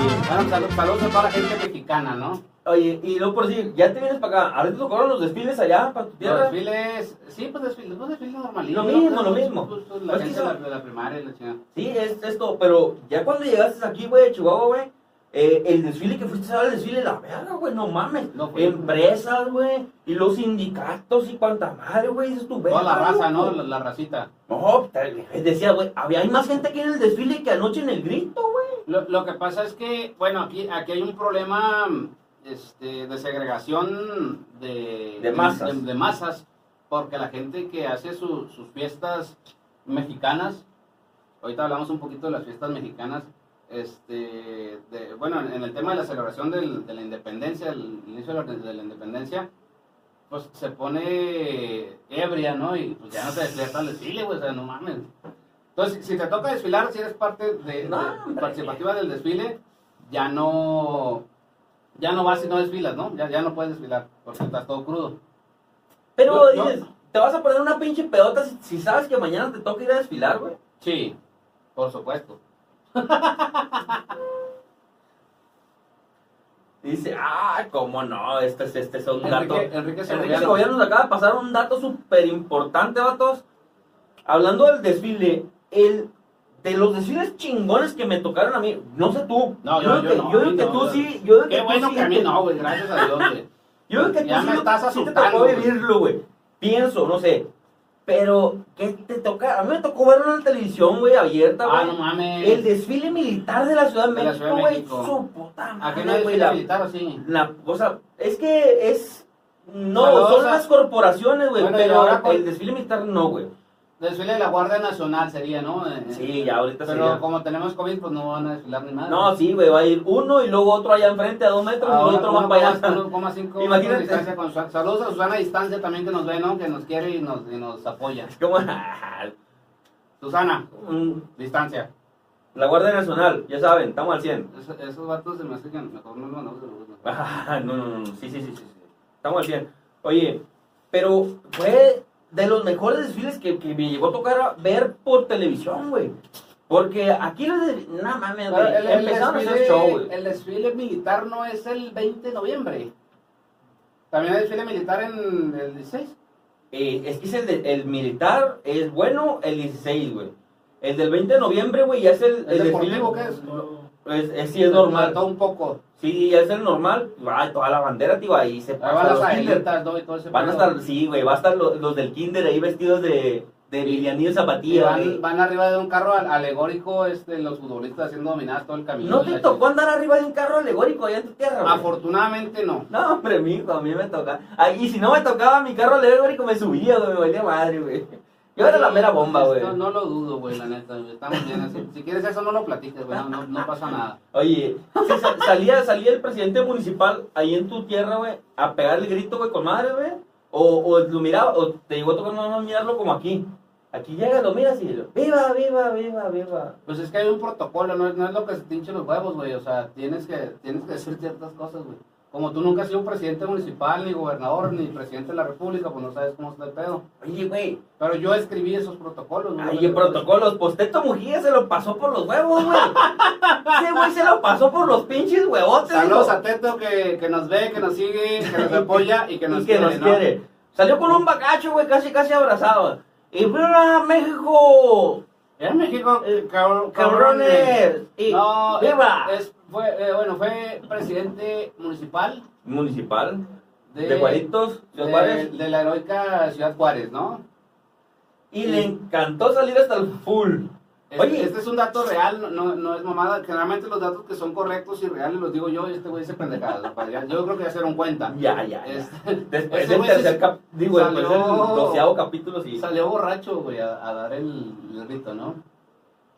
Speaker 2: Dios.
Speaker 3: Bueno, sal- saludos a toda la gente mexicana, ¿no?
Speaker 2: Oye, oye, y luego por decir, ya te vienes para acá. Ahora te tocaron los desfiles allá, para tu
Speaker 3: Los
Speaker 2: tierra.
Speaker 3: desfiles, sí, pues desfiles, pues desfiles normalitos.
Speaker 2: Lo mismo,
Speaker 3: ¿no?
Speaker 2: lo mismo.
Speaker 3: Pues, pues, la
Speaker 2: Pues
Speaker 3: gente
Speaker 2: que
Speaker 3: de la,
Speaker 2: son-
Speaker 3: de la primaria y la chingada.
Speaker 2: Sí, es esto, pero ya cuando llegaste aquí, güey, de Chihuahua, güey, eh, el desfile que fuiste a ver, el desfile, la verga, güey, no mames.
Speaker 3: No fui.
Speaker 2: Empresas, güey, y los sindicatos y cuanta madre, güey, dices tu
Speaker 3: Toda la raza, ¿no? La, la racita.
Speaker 2: No, te- decía, güey, había hay más gente aquí en el desfile que anoche en el grito, güey.
Speaker 3: Lo, lo que pasa es que, bueno, aquí, aquí hay un problema este, de segregación de,
Speaker 2: De masas.
Speaker 3: de- de masas, porque la gente que hace su- sus fiestas mexicanas, ahorita hablamos un poquito de las fiestas mexicanas, este, de- bueno, en, en el tema de la celebración del- de la independencia, el, inicio de la, de la independencia, pues se pone ebria, ¿no? Y pues ya no te despierta al desfile, güey, o sea, no mames. Entonces, si te toca desfilar, si eres parte de,
Speaker 2: No,
Speaker 3: de-
Speaker 2: hombre.
Speaker 3: participativa del desfile, ya no, ya no vas y no desfilas, ¿no? Ya, ya no puedes desfilar, porque estás todo crudo.
Speaker 2: Pero
Speaker 3: No, no.
Speaker 2: dices, te vas a poner una pinche pedota si, si sabes que mañana te toca ir a desfilar, güey.
Speaker 3: Sí, por supuesto.
Speaker 2: Dice, ah, cómo no, este, es- este es un dato.
Speaker 3: Enrique, Enrique
Speaker 2: Enrique
Speaker 3: Segoviano.
Speaker 2: Segoviano nos acaba de pasar un dato súper importante, vatos. Hablando del desfile, el de los desfiles chingones que me tocaron a mí, no sé tú.
Speaker 3: No, yo-
Speaker 2: creo
Speaker 3: yo
Speaker 2: que,
Speaker 3: no,
Speaker 2: yo
Speaker 3: a
Speaker 2: creo
Speaker 3: mí
Speaker 2: que
Speaker 3: no,
Speaker 2: tú
Speaker 3: yo-
Speaker 2: sí. Yo creo
Speaker 3: Qué
Speaker 2: tú
Speaker 3: bueno
Speaker 2: sí
Speaker 3: que a mí
Speaker 2: te-
Speaker 3: no, güey, gracias a Dios, güey.
Speaker 2: Yo creo que
Speaker 3: Ya
Speaker 2: tú
Speaker 3: me
Speaker 2: sí,
Speaker 3: estás
Speaker 2: sí te
Speaker 3: asustando,
Speaker 2: tocó
Speaker 3: güey.
Speaker 2: vivirlo, güey. Pienso, no sé. Pero, ¿qué te toca? A mí me tocó verlo en la televisión, güey, abierta, güey.
Speaker 3: Ah, no mames.
Speaker 2: El desfile militar de la Ciudad de
Speaker 3: De la Ciudad
Speaker 2: México,
Speaker 3: de
Speaker 2: güey.
Speaker 3: México.
Speaker 2: Su puta
Speaker 3: ¿A
Speaker 2: madre,
Speaker 3: qué no hay
Speaker 2: güey.
Speaker 3: desfile
Speaker 2: La,
Speaker 3: militar o sí?
Speaker 2: la- o sea, es que es. No,
Speaker 3: Saludos
Speaker 2: son
Speaker 3: a-
Speaker 2: las corporaciones, güey.
Speaker 3: Bueno, y
Speaker 2: pero
Speaker 3: ahora con-
Speaker 2: el desfile militar no, güey.
Speaker 3: Desfile de la Guardia Nacional sería, ¿no? Eh,
Speaker 2: Sí, ya ahorita
Speaker 3: Pero
Speaker 2: sería.
Speaker 3: como tenemos COVID, pues no van a desfilar ni nada.
Speaker 2: No, sí, güey. Va a ir uno y luego otro allá enfrente a dos metros y
Speaker 3: Ahora
Speaker 2: otro más para allá.
Speaker 3: 1,5
Speaker 2: Imagínate.
Speaker 3: metros de distancia con Susana. Saludos a Susana a distancia también que nos ve, ¿no? Que nos quiere y nos, y nos apoya.
Speaker 2: Es como.
Speaker 3: Susana,
Speaker 2: mm,
Speaker 3: distancia.
Speaker 2: La Guardia Nacional, ya saben, estamos al 100.
Speaker 3: Es- esos vatos se me hace que mejor no los mandamos saludos. ¿no?
Speaker 2: Ah, no, no, no, no, sí, sí, sí, sí, sí. Estamos al 100. Oye, pero fue de los mejores desfiles que, que me llegó a tocar a ver por televisión, güey. Porque aquí los desfiles, no mames,
Speaker 3: Pero
Speaker 2: güey,
Speaker 3: Ah, el, el
Speaker 2: empezaron a hacer show,
Speaker 3: desfile,
Speaker 2: güey.
Speaker 3: el desfile militar no es el 20 de noviembre. También hay desfile militar en el 16.
Speaker 2: Eh, es que es el, de- el militar es bueno el 16, güey. El del 20 de noviembre, güey, ya es el,
Speaker 3: ¿El,
Speaker 2: el
Speaker 3: deportivo qué es?
Speaker 2: Es, es- sí, es normal.
Speaker 3: Todo un poco.
Speaker 2: Sí, ya es el normal. Va toda la bandera, tío, ahí se
Speaker 3: Ahí van
Speaker 2: pasa
Speaker 3: las
Speaker 2: los kinder.
Speaker 3: aelitas, ¿no? Y todo ese
Speaker 2: Van a
Speaker 3: pedo.
Speaker 2: estar, sí, güey, va a estar lo- los, del kinder ahí vestidos de, de Vilianillo
Speaker 3: Y
Speaker 2: Zapatilla, güey.
Speaker 3: van, van arriba de un carro al- alegórico, este, los futbolistas haciendo dominadas todo el camino.
Speaker 2: ¿No
Speaker 3: Y
Speaker 2: te
Speaker 3: la
Speaker 2: tocó andar arriba de un carro alegórico allá en tu tierra?
Speaker 3: chingada.
Speaker 2: güey?
Speaker 3: Afortunadamente no.
Speaker 2: No, hombre, mijo, a mí me toca. Ay, y si no me tocaba mi carro alegórico, me subía, güey, me valía madre, güey. Yo era la mera bomba, güey.
Speaker 3: No, no lo dudo, güey, la neta. güey. Estamos bien así. Si quieres eso, no lo platiques, güey. No, no, no pasa nada.
Speaker 2: Oye, sí, sa- salía, salía el presidente municipal ahí en tu tierra, güey, a pegar el grito, güey, con madre, güey. O, o lo miraba, o te llegó a tocar nada más mirarlo como aquí. Aquí llega, lo miras y lo. ¡Viva, viva, viva, viva!
Speaker 3: Pues es que hay un protocolo, no es, no es lo que se te hinche los huevos, güey. O sea, tienes que, tienes que decir ciertas cosas, güey. Como tú nunca has sido presidente municipal, ni gobernador, ni presidente de la república, pues no sabes cómo está el pedo.
Speaker 2: Oye, güey.
Speaker 3: Pero yo escribí esos protocolos, güey.
Speaker 2: Ay, en protocolos, pues Teto Mujía se lo pasó por los huevos, güey. Ese güey se lo pasó por los pinches huevotes.
Speaker 3: Saludos
Speaker 2: digo.
Speaker 3: a Teto que, que nos ve, que nos sigue, que nos apoya y que nos
Speaker 2: Y que
Speaker 3: quiere.
Speaker 2: nos
Speaker 3: ¿no?
Speaker 2: quiere. Salió con un bacacho, güey, casi, casi abrazado. Y viva México,
Speaker 3: En México, eh, cabr-
Speaker 2: cabrones. Y
Speaker 3: No,
Speaker 2: viva.
Speaker 3: es- fue, eh, bueno, fue presidente municipal
Speaker 2: Municipal
Speaker 3: de,
Speaker 2: de Guaritos, de
Speaker 3: de,
Speaker 2: Juárez.
Speaker 3: de la heroica Ciudad Juárez, ¿no?
Speaker 2: Y le encantó salir hasta el full.
Speaker 3: Este,
Speaker 2: Oye,
Speaker 3: este es un dato real, no- no, no es mamada. Generalmente los datos que son correctos y reales los digo yo y este güey se pendejada. pues, ya- Yo creo que ya se dieron cuenta.
Speaker 2: ya, ya. ya.
Speaker 3: Este-
Speaker 2: Después
Speaker 3: ese
Speaker 2: del
Speaker 3: güey se-
Speaker 2: tercer cap, digo, después del
Speaker 3: salió-
Speaker 2: doceavo capítulo, sí.
Speaker 3: Salió borracho, güey, a, a dar el, el rito, ¿no?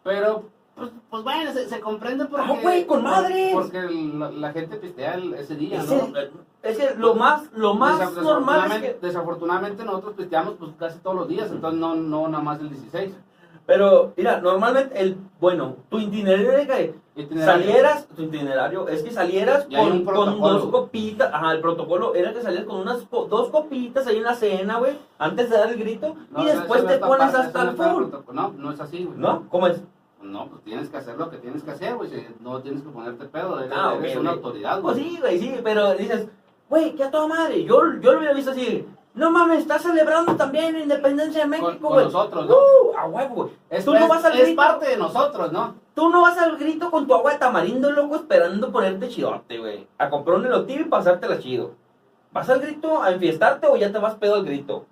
Speaker 3: Pero, pues, pues bueno, se, se comprende porque...
Speaker 2: Ah, güey, con madres.
Speaker 3: Porque el- la, la gente pistea el- ese día,
Speaker 2: Es
Speaker 3: ¿no?
Speaker 2: el- es el- lo más, lo más
Speaker 3: Desa-
Speaker 2: normal es
Speaker 3: desafortunadamente,
Speaker 2: que...
Speaker 3: desafortunadamente nosotros pisteamos pues casi todos los días, entonces no, no nada más el 16.
Speaker 2: Pero, mira, normalmente el, bueno, tu itinerario era que
Speaker 3: Itinerario.
Speaker 2: salieras, tu itinerario es que salieras
Speaker 3: Y hay
Speaker 2: con,
Speaker 3: un
Speaker 2: con
Speaker 3: protocolo.
Speaker 2: dos copitas, ajá, el protocolo era que salieras con unas co- dos copitas ahí en la cena, güey, antes de dar el grito,
Speaker 3: No,
Speaker 2: y
Speaker 3: eso-
Speaker 2: después
Speaker 3: eso
Speaker 2: te
Speaker 3: no está
Speaker 2: pones
Speaker 3: parte,
Speaker 2: hasta
Speaker 3: eso no
Speaker 2: el
Speaker 3: está
Speaker 2: full,
Speaker 3: protocolo. No, no es así, güey.
Speaker 2: ¿no? ¿Cómo es?
Speaker 3: No, pues tienes que hacer lo que tienes que hacer, güey. si No tienes que ponerte pedo, eres,
Speaker 2: Ah, ok,
Speaker 3: eres una
Speaker 2: ok.
Speaker 3: autoridad, güey.
Speaker 2: Pues sí, güey, sí, pero dices, güey, que a toda madre, yo, yo lo había visto así, no mames, estás celebrando también la independencia de México,
Speaker 3: con, con
Speaker 2: güey.
Speaker 3: nosotros, ¿no?
Speaker 2: Uh, a huevo, güey.
Speaker 3: Es,
Speaker 2: Tú no
Speaker 3: es-
Speaker 2: vas al
Speaker 3: es
Speaker 2: grito.
Speaker 3: parte de nosotros, ¿no?
Speaker 2: Tú no vas al grito con tu agua de tamarindo, loco, esperando ponerte chidote, güey. A comprar un elotito y pasártela chido. ¿Vas al grito a enfiestarte o ya te vas pedo al grito?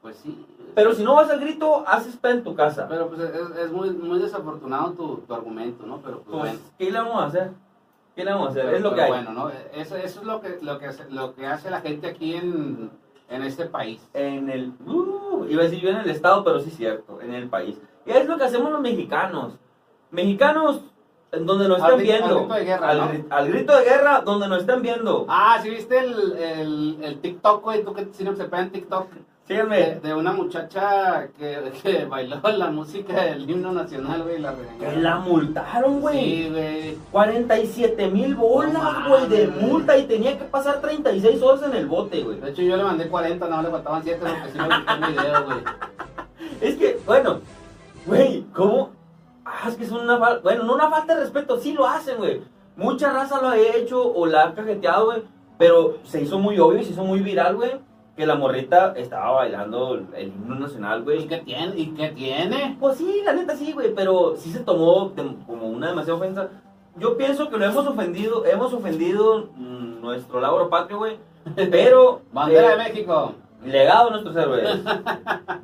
Speaker 3: Pues sí.
Speaker 2: Pero si no vas al grito, haces pedo en tu casa.
Speaker 3: Pero pues es, es muy, muy desafortunado tu, tu argumento, ¿no? Pero pues,
Speaker 2: Pues,
Speaker 3: bueno.
Speaker 2: ¿qué le vamos a hacer? ¿Qué le vamos a hacer?
Speaker 3: Pero-
Speaker 2: es lo
Speaker 3: pero
Speaker 2: que hay.
Speaker 3: Bueno, ¿no? Eso, eso es lo que, lo, que hace, lo que hace la gente aquí en, en este país.
Speaker 2: En el... uh, iba a decir yo en el estado, pero sí es cierto, en el país. Y es lo que hacemos los mexicanos. Mexicanos, en donde nos
Speaker 3: Al
Speaker 2: están
Speaker 3: gri-
Speaker 2: viendo.
Speaker 3: al grito de guerra,
Speaker 2: Al,
Speaker 3: ¿no?
Speaker 2: gri- al grito de guerra, donde nos están viendo.
Speaker 3: Ah, ¿sí viste el, el, el TikTok, güey? ¿Tú que siempre se pega en TikTok? De,
Speaker 2: Síganme.
Speaker 3: Eh, de una muchacha que, que bailó la música del himno nacional, güey, y la
Speaker 2: Que
Speaker 3: regañaron.
Speaker 2: la multaron, güey.
Speaker 3: Sí, güey.
Speaker 2: 47 mil bolas,
Speaker 3: No
Speaker 2: güey, de
Speaker 3: mames.
Speaker 2: multa y tenía que pasar 36 horas en el bote, güey.
Speaker 3: De hecho, yo le mandé 40, no le faltaban 7 porque sí me gustó el video, güey.
Speaker 2: Es que, bueno, güey, ¿cómo? Ah, es que es una falta, bueno, no una falta de respeto, sí lo hacen, güey. Mucha raza lo ha hecho o la ha cajeteado, güey, pero se hizo muy obvio y se hizo muy viral, güey, que la morrita estaba bailando el el himno nacional,
Speaker 3: ¿Y
Speaker 2: güey.
Speaker 3: qué tiene? ¿Y qué tiene?
Speaker 2: Pues sí, la neta sí, güey, pero sí se tomó de- como una demasiada ofensa. Yo pienso que lo hemos ofendido, hemos ofendido mm, nuestro labor patrio, güey, pero...
Speaker 3: Bandera
Speaker 2: eh,
Speaker 3: de México.
Speaker 2: Legado de nuestros héroes.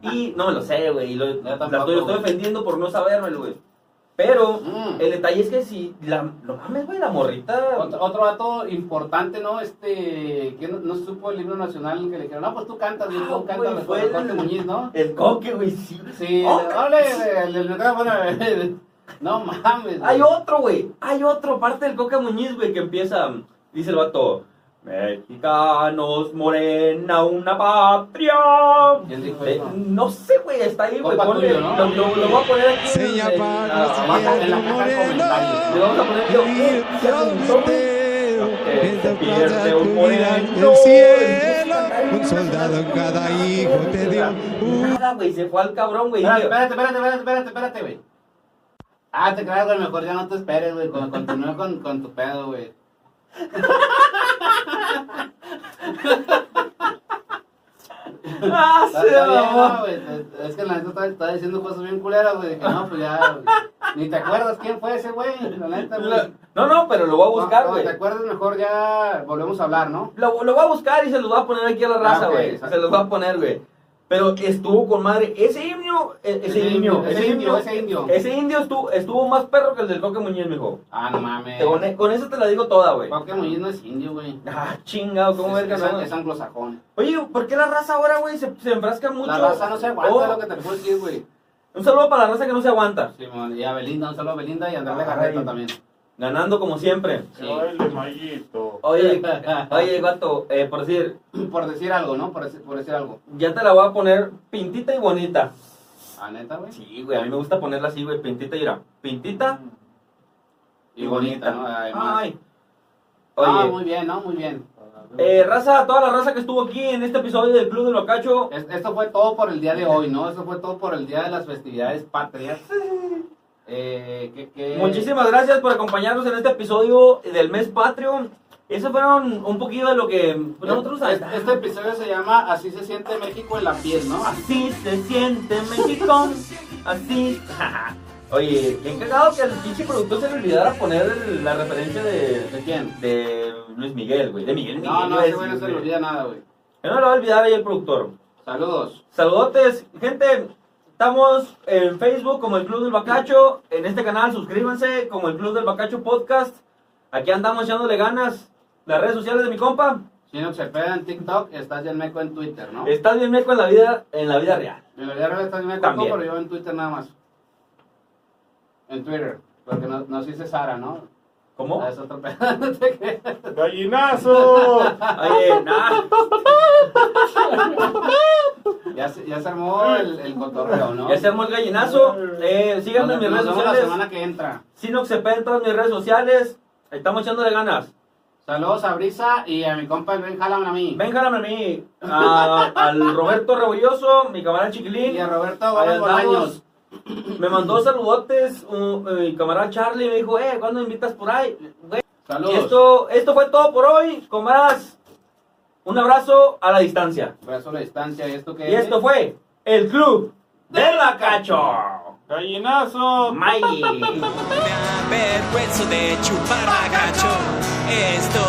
Speaker 2: Y no me lo sé, güey. y lo- La
Speaker 3: tampoco,
Speaker 2: estoy, lo estoy
Speaker 3: güey.
Speaker 2: ofendiendo por no sabérmelo, güey. Pero
Speaker 3: Mm.
Speaker 2: el detalle es que si. La, no mames, güey, la morrita.
Speaker 3: Otro, otro dato importante, ¿no? Este, que no, no supo el himno nacional que le dijeron, no, pues tú cantas, güey,
Speaker 2: Ah,
Speaker 3: tú
Speaker 2: güey,
Speaker 3: cantas, güey,
Speaker 2: fue
Speaker 3: fue
Speaker 2: el-
Speaker 3: Muñiz, ¿no?
Speaker 2: El coque, güey, sí.
Speaker 3: Sí,
Speaker 2: Hombre,
Speaker 3: órale,
Speaker 2: sí.
Speaker 3: el, el micrófono, güey. no mames. güey.
Speaker 2: Hay otro, güey. Hay otro, parte del Coca Muñiz, güey, que empieza. Dice el vato. Mexicanos, morena, una patria.
Speaker 3: ¿Quién dijo
Speaker 2: Eh,
Speaker 3: eso?
Speaker 2: no sé, güey, está ahí, güey.
Speaker 3: Compa
Speaker 2: ponle-
Speaker 3: tuyo, ¿no?
Speaker 2: Lo, lo- lo voy a poner aquí. en-
Speaker 5: Seña
Speaker 2: en-
Speaker 5: para
Speaker 2: a- abajo.
Speaker 3: baja en la
Speaker 5: Sierra
Speaker 3: caja de comentarios.
Speaker 2: Le vamos a
Speaker 5: Morena.
Speaker 2: poner yo.
Speaker 5: Vivir
Speaker 2: ¿Ya lo
Speaker 5: todo
Speaker 2: pintó, güey?
Speaker 5: entero.
Speaker 2: Que se
Speaker 5: Esta
Speaker 2: pierde
Speaker 5: playa
Speaker 2: un
Speaker 5: cubrirá
Speaker 2: moreno.
Speaker 5: el cielo. Un soldado en cada hijo te dio un
Speaker 2: Nada, güey, se fue al cabrón, güey.
Speaker 3: Ah, Espérate,
Speaker 2: tío.
Speaker 3: espérate, espérate, espérate, espérate, espérate, güey. Ah, te creas, güey, mejor ya no te esperes, güey, con- continúa con, con tu pedo, güey.
Speaker 2: Ah,
Speaker 3: Está-
Speaker 2: se
Speaker 3: está bien,
Speaker 2: mamó.
Speaker 3: no, güey, Es que la neta está, está diciendo cosas bien culeras, güey, de que no, pues ya, güey. ni te acuerdas quién fue ese, güey, la neta, güey.
Speaker 2: Lo- No, no, pero lo voy a buscar,
Speaker 3: No, no,
Speaker 2: güey.
Speaker 3: te acuerdas mejor ya volvemos a hablar, ¿no?
Speaker 2: Lo, lo voy a buscar y se los voy a poner aquí a la raza,
Speaker 3: Ah, ok,
Speaker 2: güey.
Speaker 3: exacto.
Speaker 2: se los voy a poner, güey. Pero estuvo con madre. Ese himno, e- ese,
Speaker 3: Ese
Speaker 2: himno,
Speaker 3: indio, ese indio, ese indio.
Speaker 2: Ese indio estuvo, estuvo más perro que el del Coque Muñiz, mijo.
Speaker 3: Ah, no mames.
Speaker 2: Te pone- Con eso te la digo toda, güey.
Speaker 3: Porque Muñiz no es indio, güey.
Speaker 2: Ah, chingado, ¿cómo
Speaker 3: es,
Speaker 2: verga,
Speaker 3: es,
Speaker 2: no?
Speaker 3: es anglosajón.
Speaker 2: Oye, ¿por qué la raza ahora, güey, se, se enfrasca mucho?
Speaker 3: La raza no se aguanta
Speaker 2: Oh,
Speaker 3: lo que te puedo decir, güey.
Speaker 2: Un saludo para la raza que no se aguanta.
Speaker 3: Simón, y a Belinda, un saludo a Belinda y a Andrés
Speaker 2: Ay.
Speaker 3: Legarreta también.
Speaker 2: Ganando como siempre.
Speaker 3: Sí.
Speaker 7: baile, Mayito.
Speaker 3: pendejo.
Speaker 2: Oye, oye, gato, eh, por decir,
Speaker 3: Por decir algo, ¿no? Por decir, por decir algo.
Speaker 2: ya te la voy a poner pintita y bonita.
Speaker 3: ¿A Ah, neta, güey?
Speaker 2: Sí, güey, a mí me gusta ponerla así, güey, pintita y era, pintita
Speaker 3: Y bonita, ¿no? Además.
Speaker 2: Ay.
Speaker 3: Ah,
Speaker 2: Oye,
Speaker 3: muy bien, ¿no? Muy bien.
Speaker 2: eh,
Speaker 6: Mm.
Speaker 2: raza, toda la raza que estuvo aquí en este episodio del Club de Locacho,
Speaker 3: Es- esto fue todo por el día de hoy, ¿no? Esto fue todo por el día de las festividades patrias. Eh, que, que...
Speaker 2: Muchísimas gracias por acompañarnos en este episodio del mes patrio. Eso fueron un poquito de lo que nosotros
Speaker 3: Este, este episodio se llama Así se siente México en la piel, ¿no?
Speaker 2: Así se siente México. Así. Oye, qué cagado que al pinche productor se le olvidara poner el- la referencia
Speaker 3: ¿De
Speaker 2: de,
Speaker 3: quién?
Speaker 2: de Luis Miguel, güey. De Miguel Miguel.
Speaker 3: No, no,
Speaker 2: iba a
Speaker 3: ese güey no
Speaker 2: decir,
Speaker 3: se le
Speaker 2: güey.
Speaker 3: olvida nada, güey.
Speaker 2: Que no lo va a olvidar ahí el productor.
Speaker 3: Saludos.
Speaker 2: Saludotes, gente. Estamos en Facebook como el Club del Bacacho. En este canal suscríbanse como el Club del Bacacho Podcast. Aquí andamos echándole ganas. Las redes sociales de mi compa.
Speaker 3: Chino Cepeda en TikTok, estás ya en Meco en Twitter, ¿no?
Speaker 2: Estás bien meco en la vida, en la vida real.
Speaker 3: En realidad no estás en Meco,
Speaker 2: También.
Speaker 3: pero yo en Twitter nada más. En Twitter, porque no- nos dice Sara, ¿no?
Speaker 2: ¿Cómo?
Speaker 3: Ah, Es otro pedo, no te creas.
Speaker 6: ¡Gallinazo!
Speaker 2: Oye, nada.
Speaker 3: ya, se, ya se armó el, el cotorreo, ¿no?
Speaker 2: Ya se armó el gallinazo. Eh, síganme en
Speaker 3: Nos-
Speaker 2: mis
Speaker 3: nos
Speaker 2: redes
Speaker 3: vemos la
Speaker 2: sociales.
Speaker 3: semana que entra.
Speaker 2: Sinoxepé en todas mis redes sociales. Estamos echándole ganas.
Speaker 3: Saludos a Brisa y a mi compa el Ben Jalan a mí.
Speaker 2: Vengan a mí, a- al Roberto Rebolloso, mi camarada chiquilín.
Speaker 3: Y a Roberto
Speaker 2: Ahí
Speaker 3: Gómez
Speaker 2: andamos.
Speaker 3: Bolaños.
Speaker 2: Me mandó saludotes un- eh, mi camarada Charlie. Me dijo, eh, ¿cuándo me invitas por ahí? Güey,
Speaker 3: Saludos.
Speaker 2: Esto, esto fue todo por hoy. Comadas, un abrazo a la distancia.
Speaker 3: Brazo a la distancia. ¿Y esto que
Speaker 2: Y esto fue el Club de la Cacho.
Speaker 6: ¡Gallinazo!
Speaker 2: May.
Speaker 1: Me avergüenzo de chupar gacho. Esto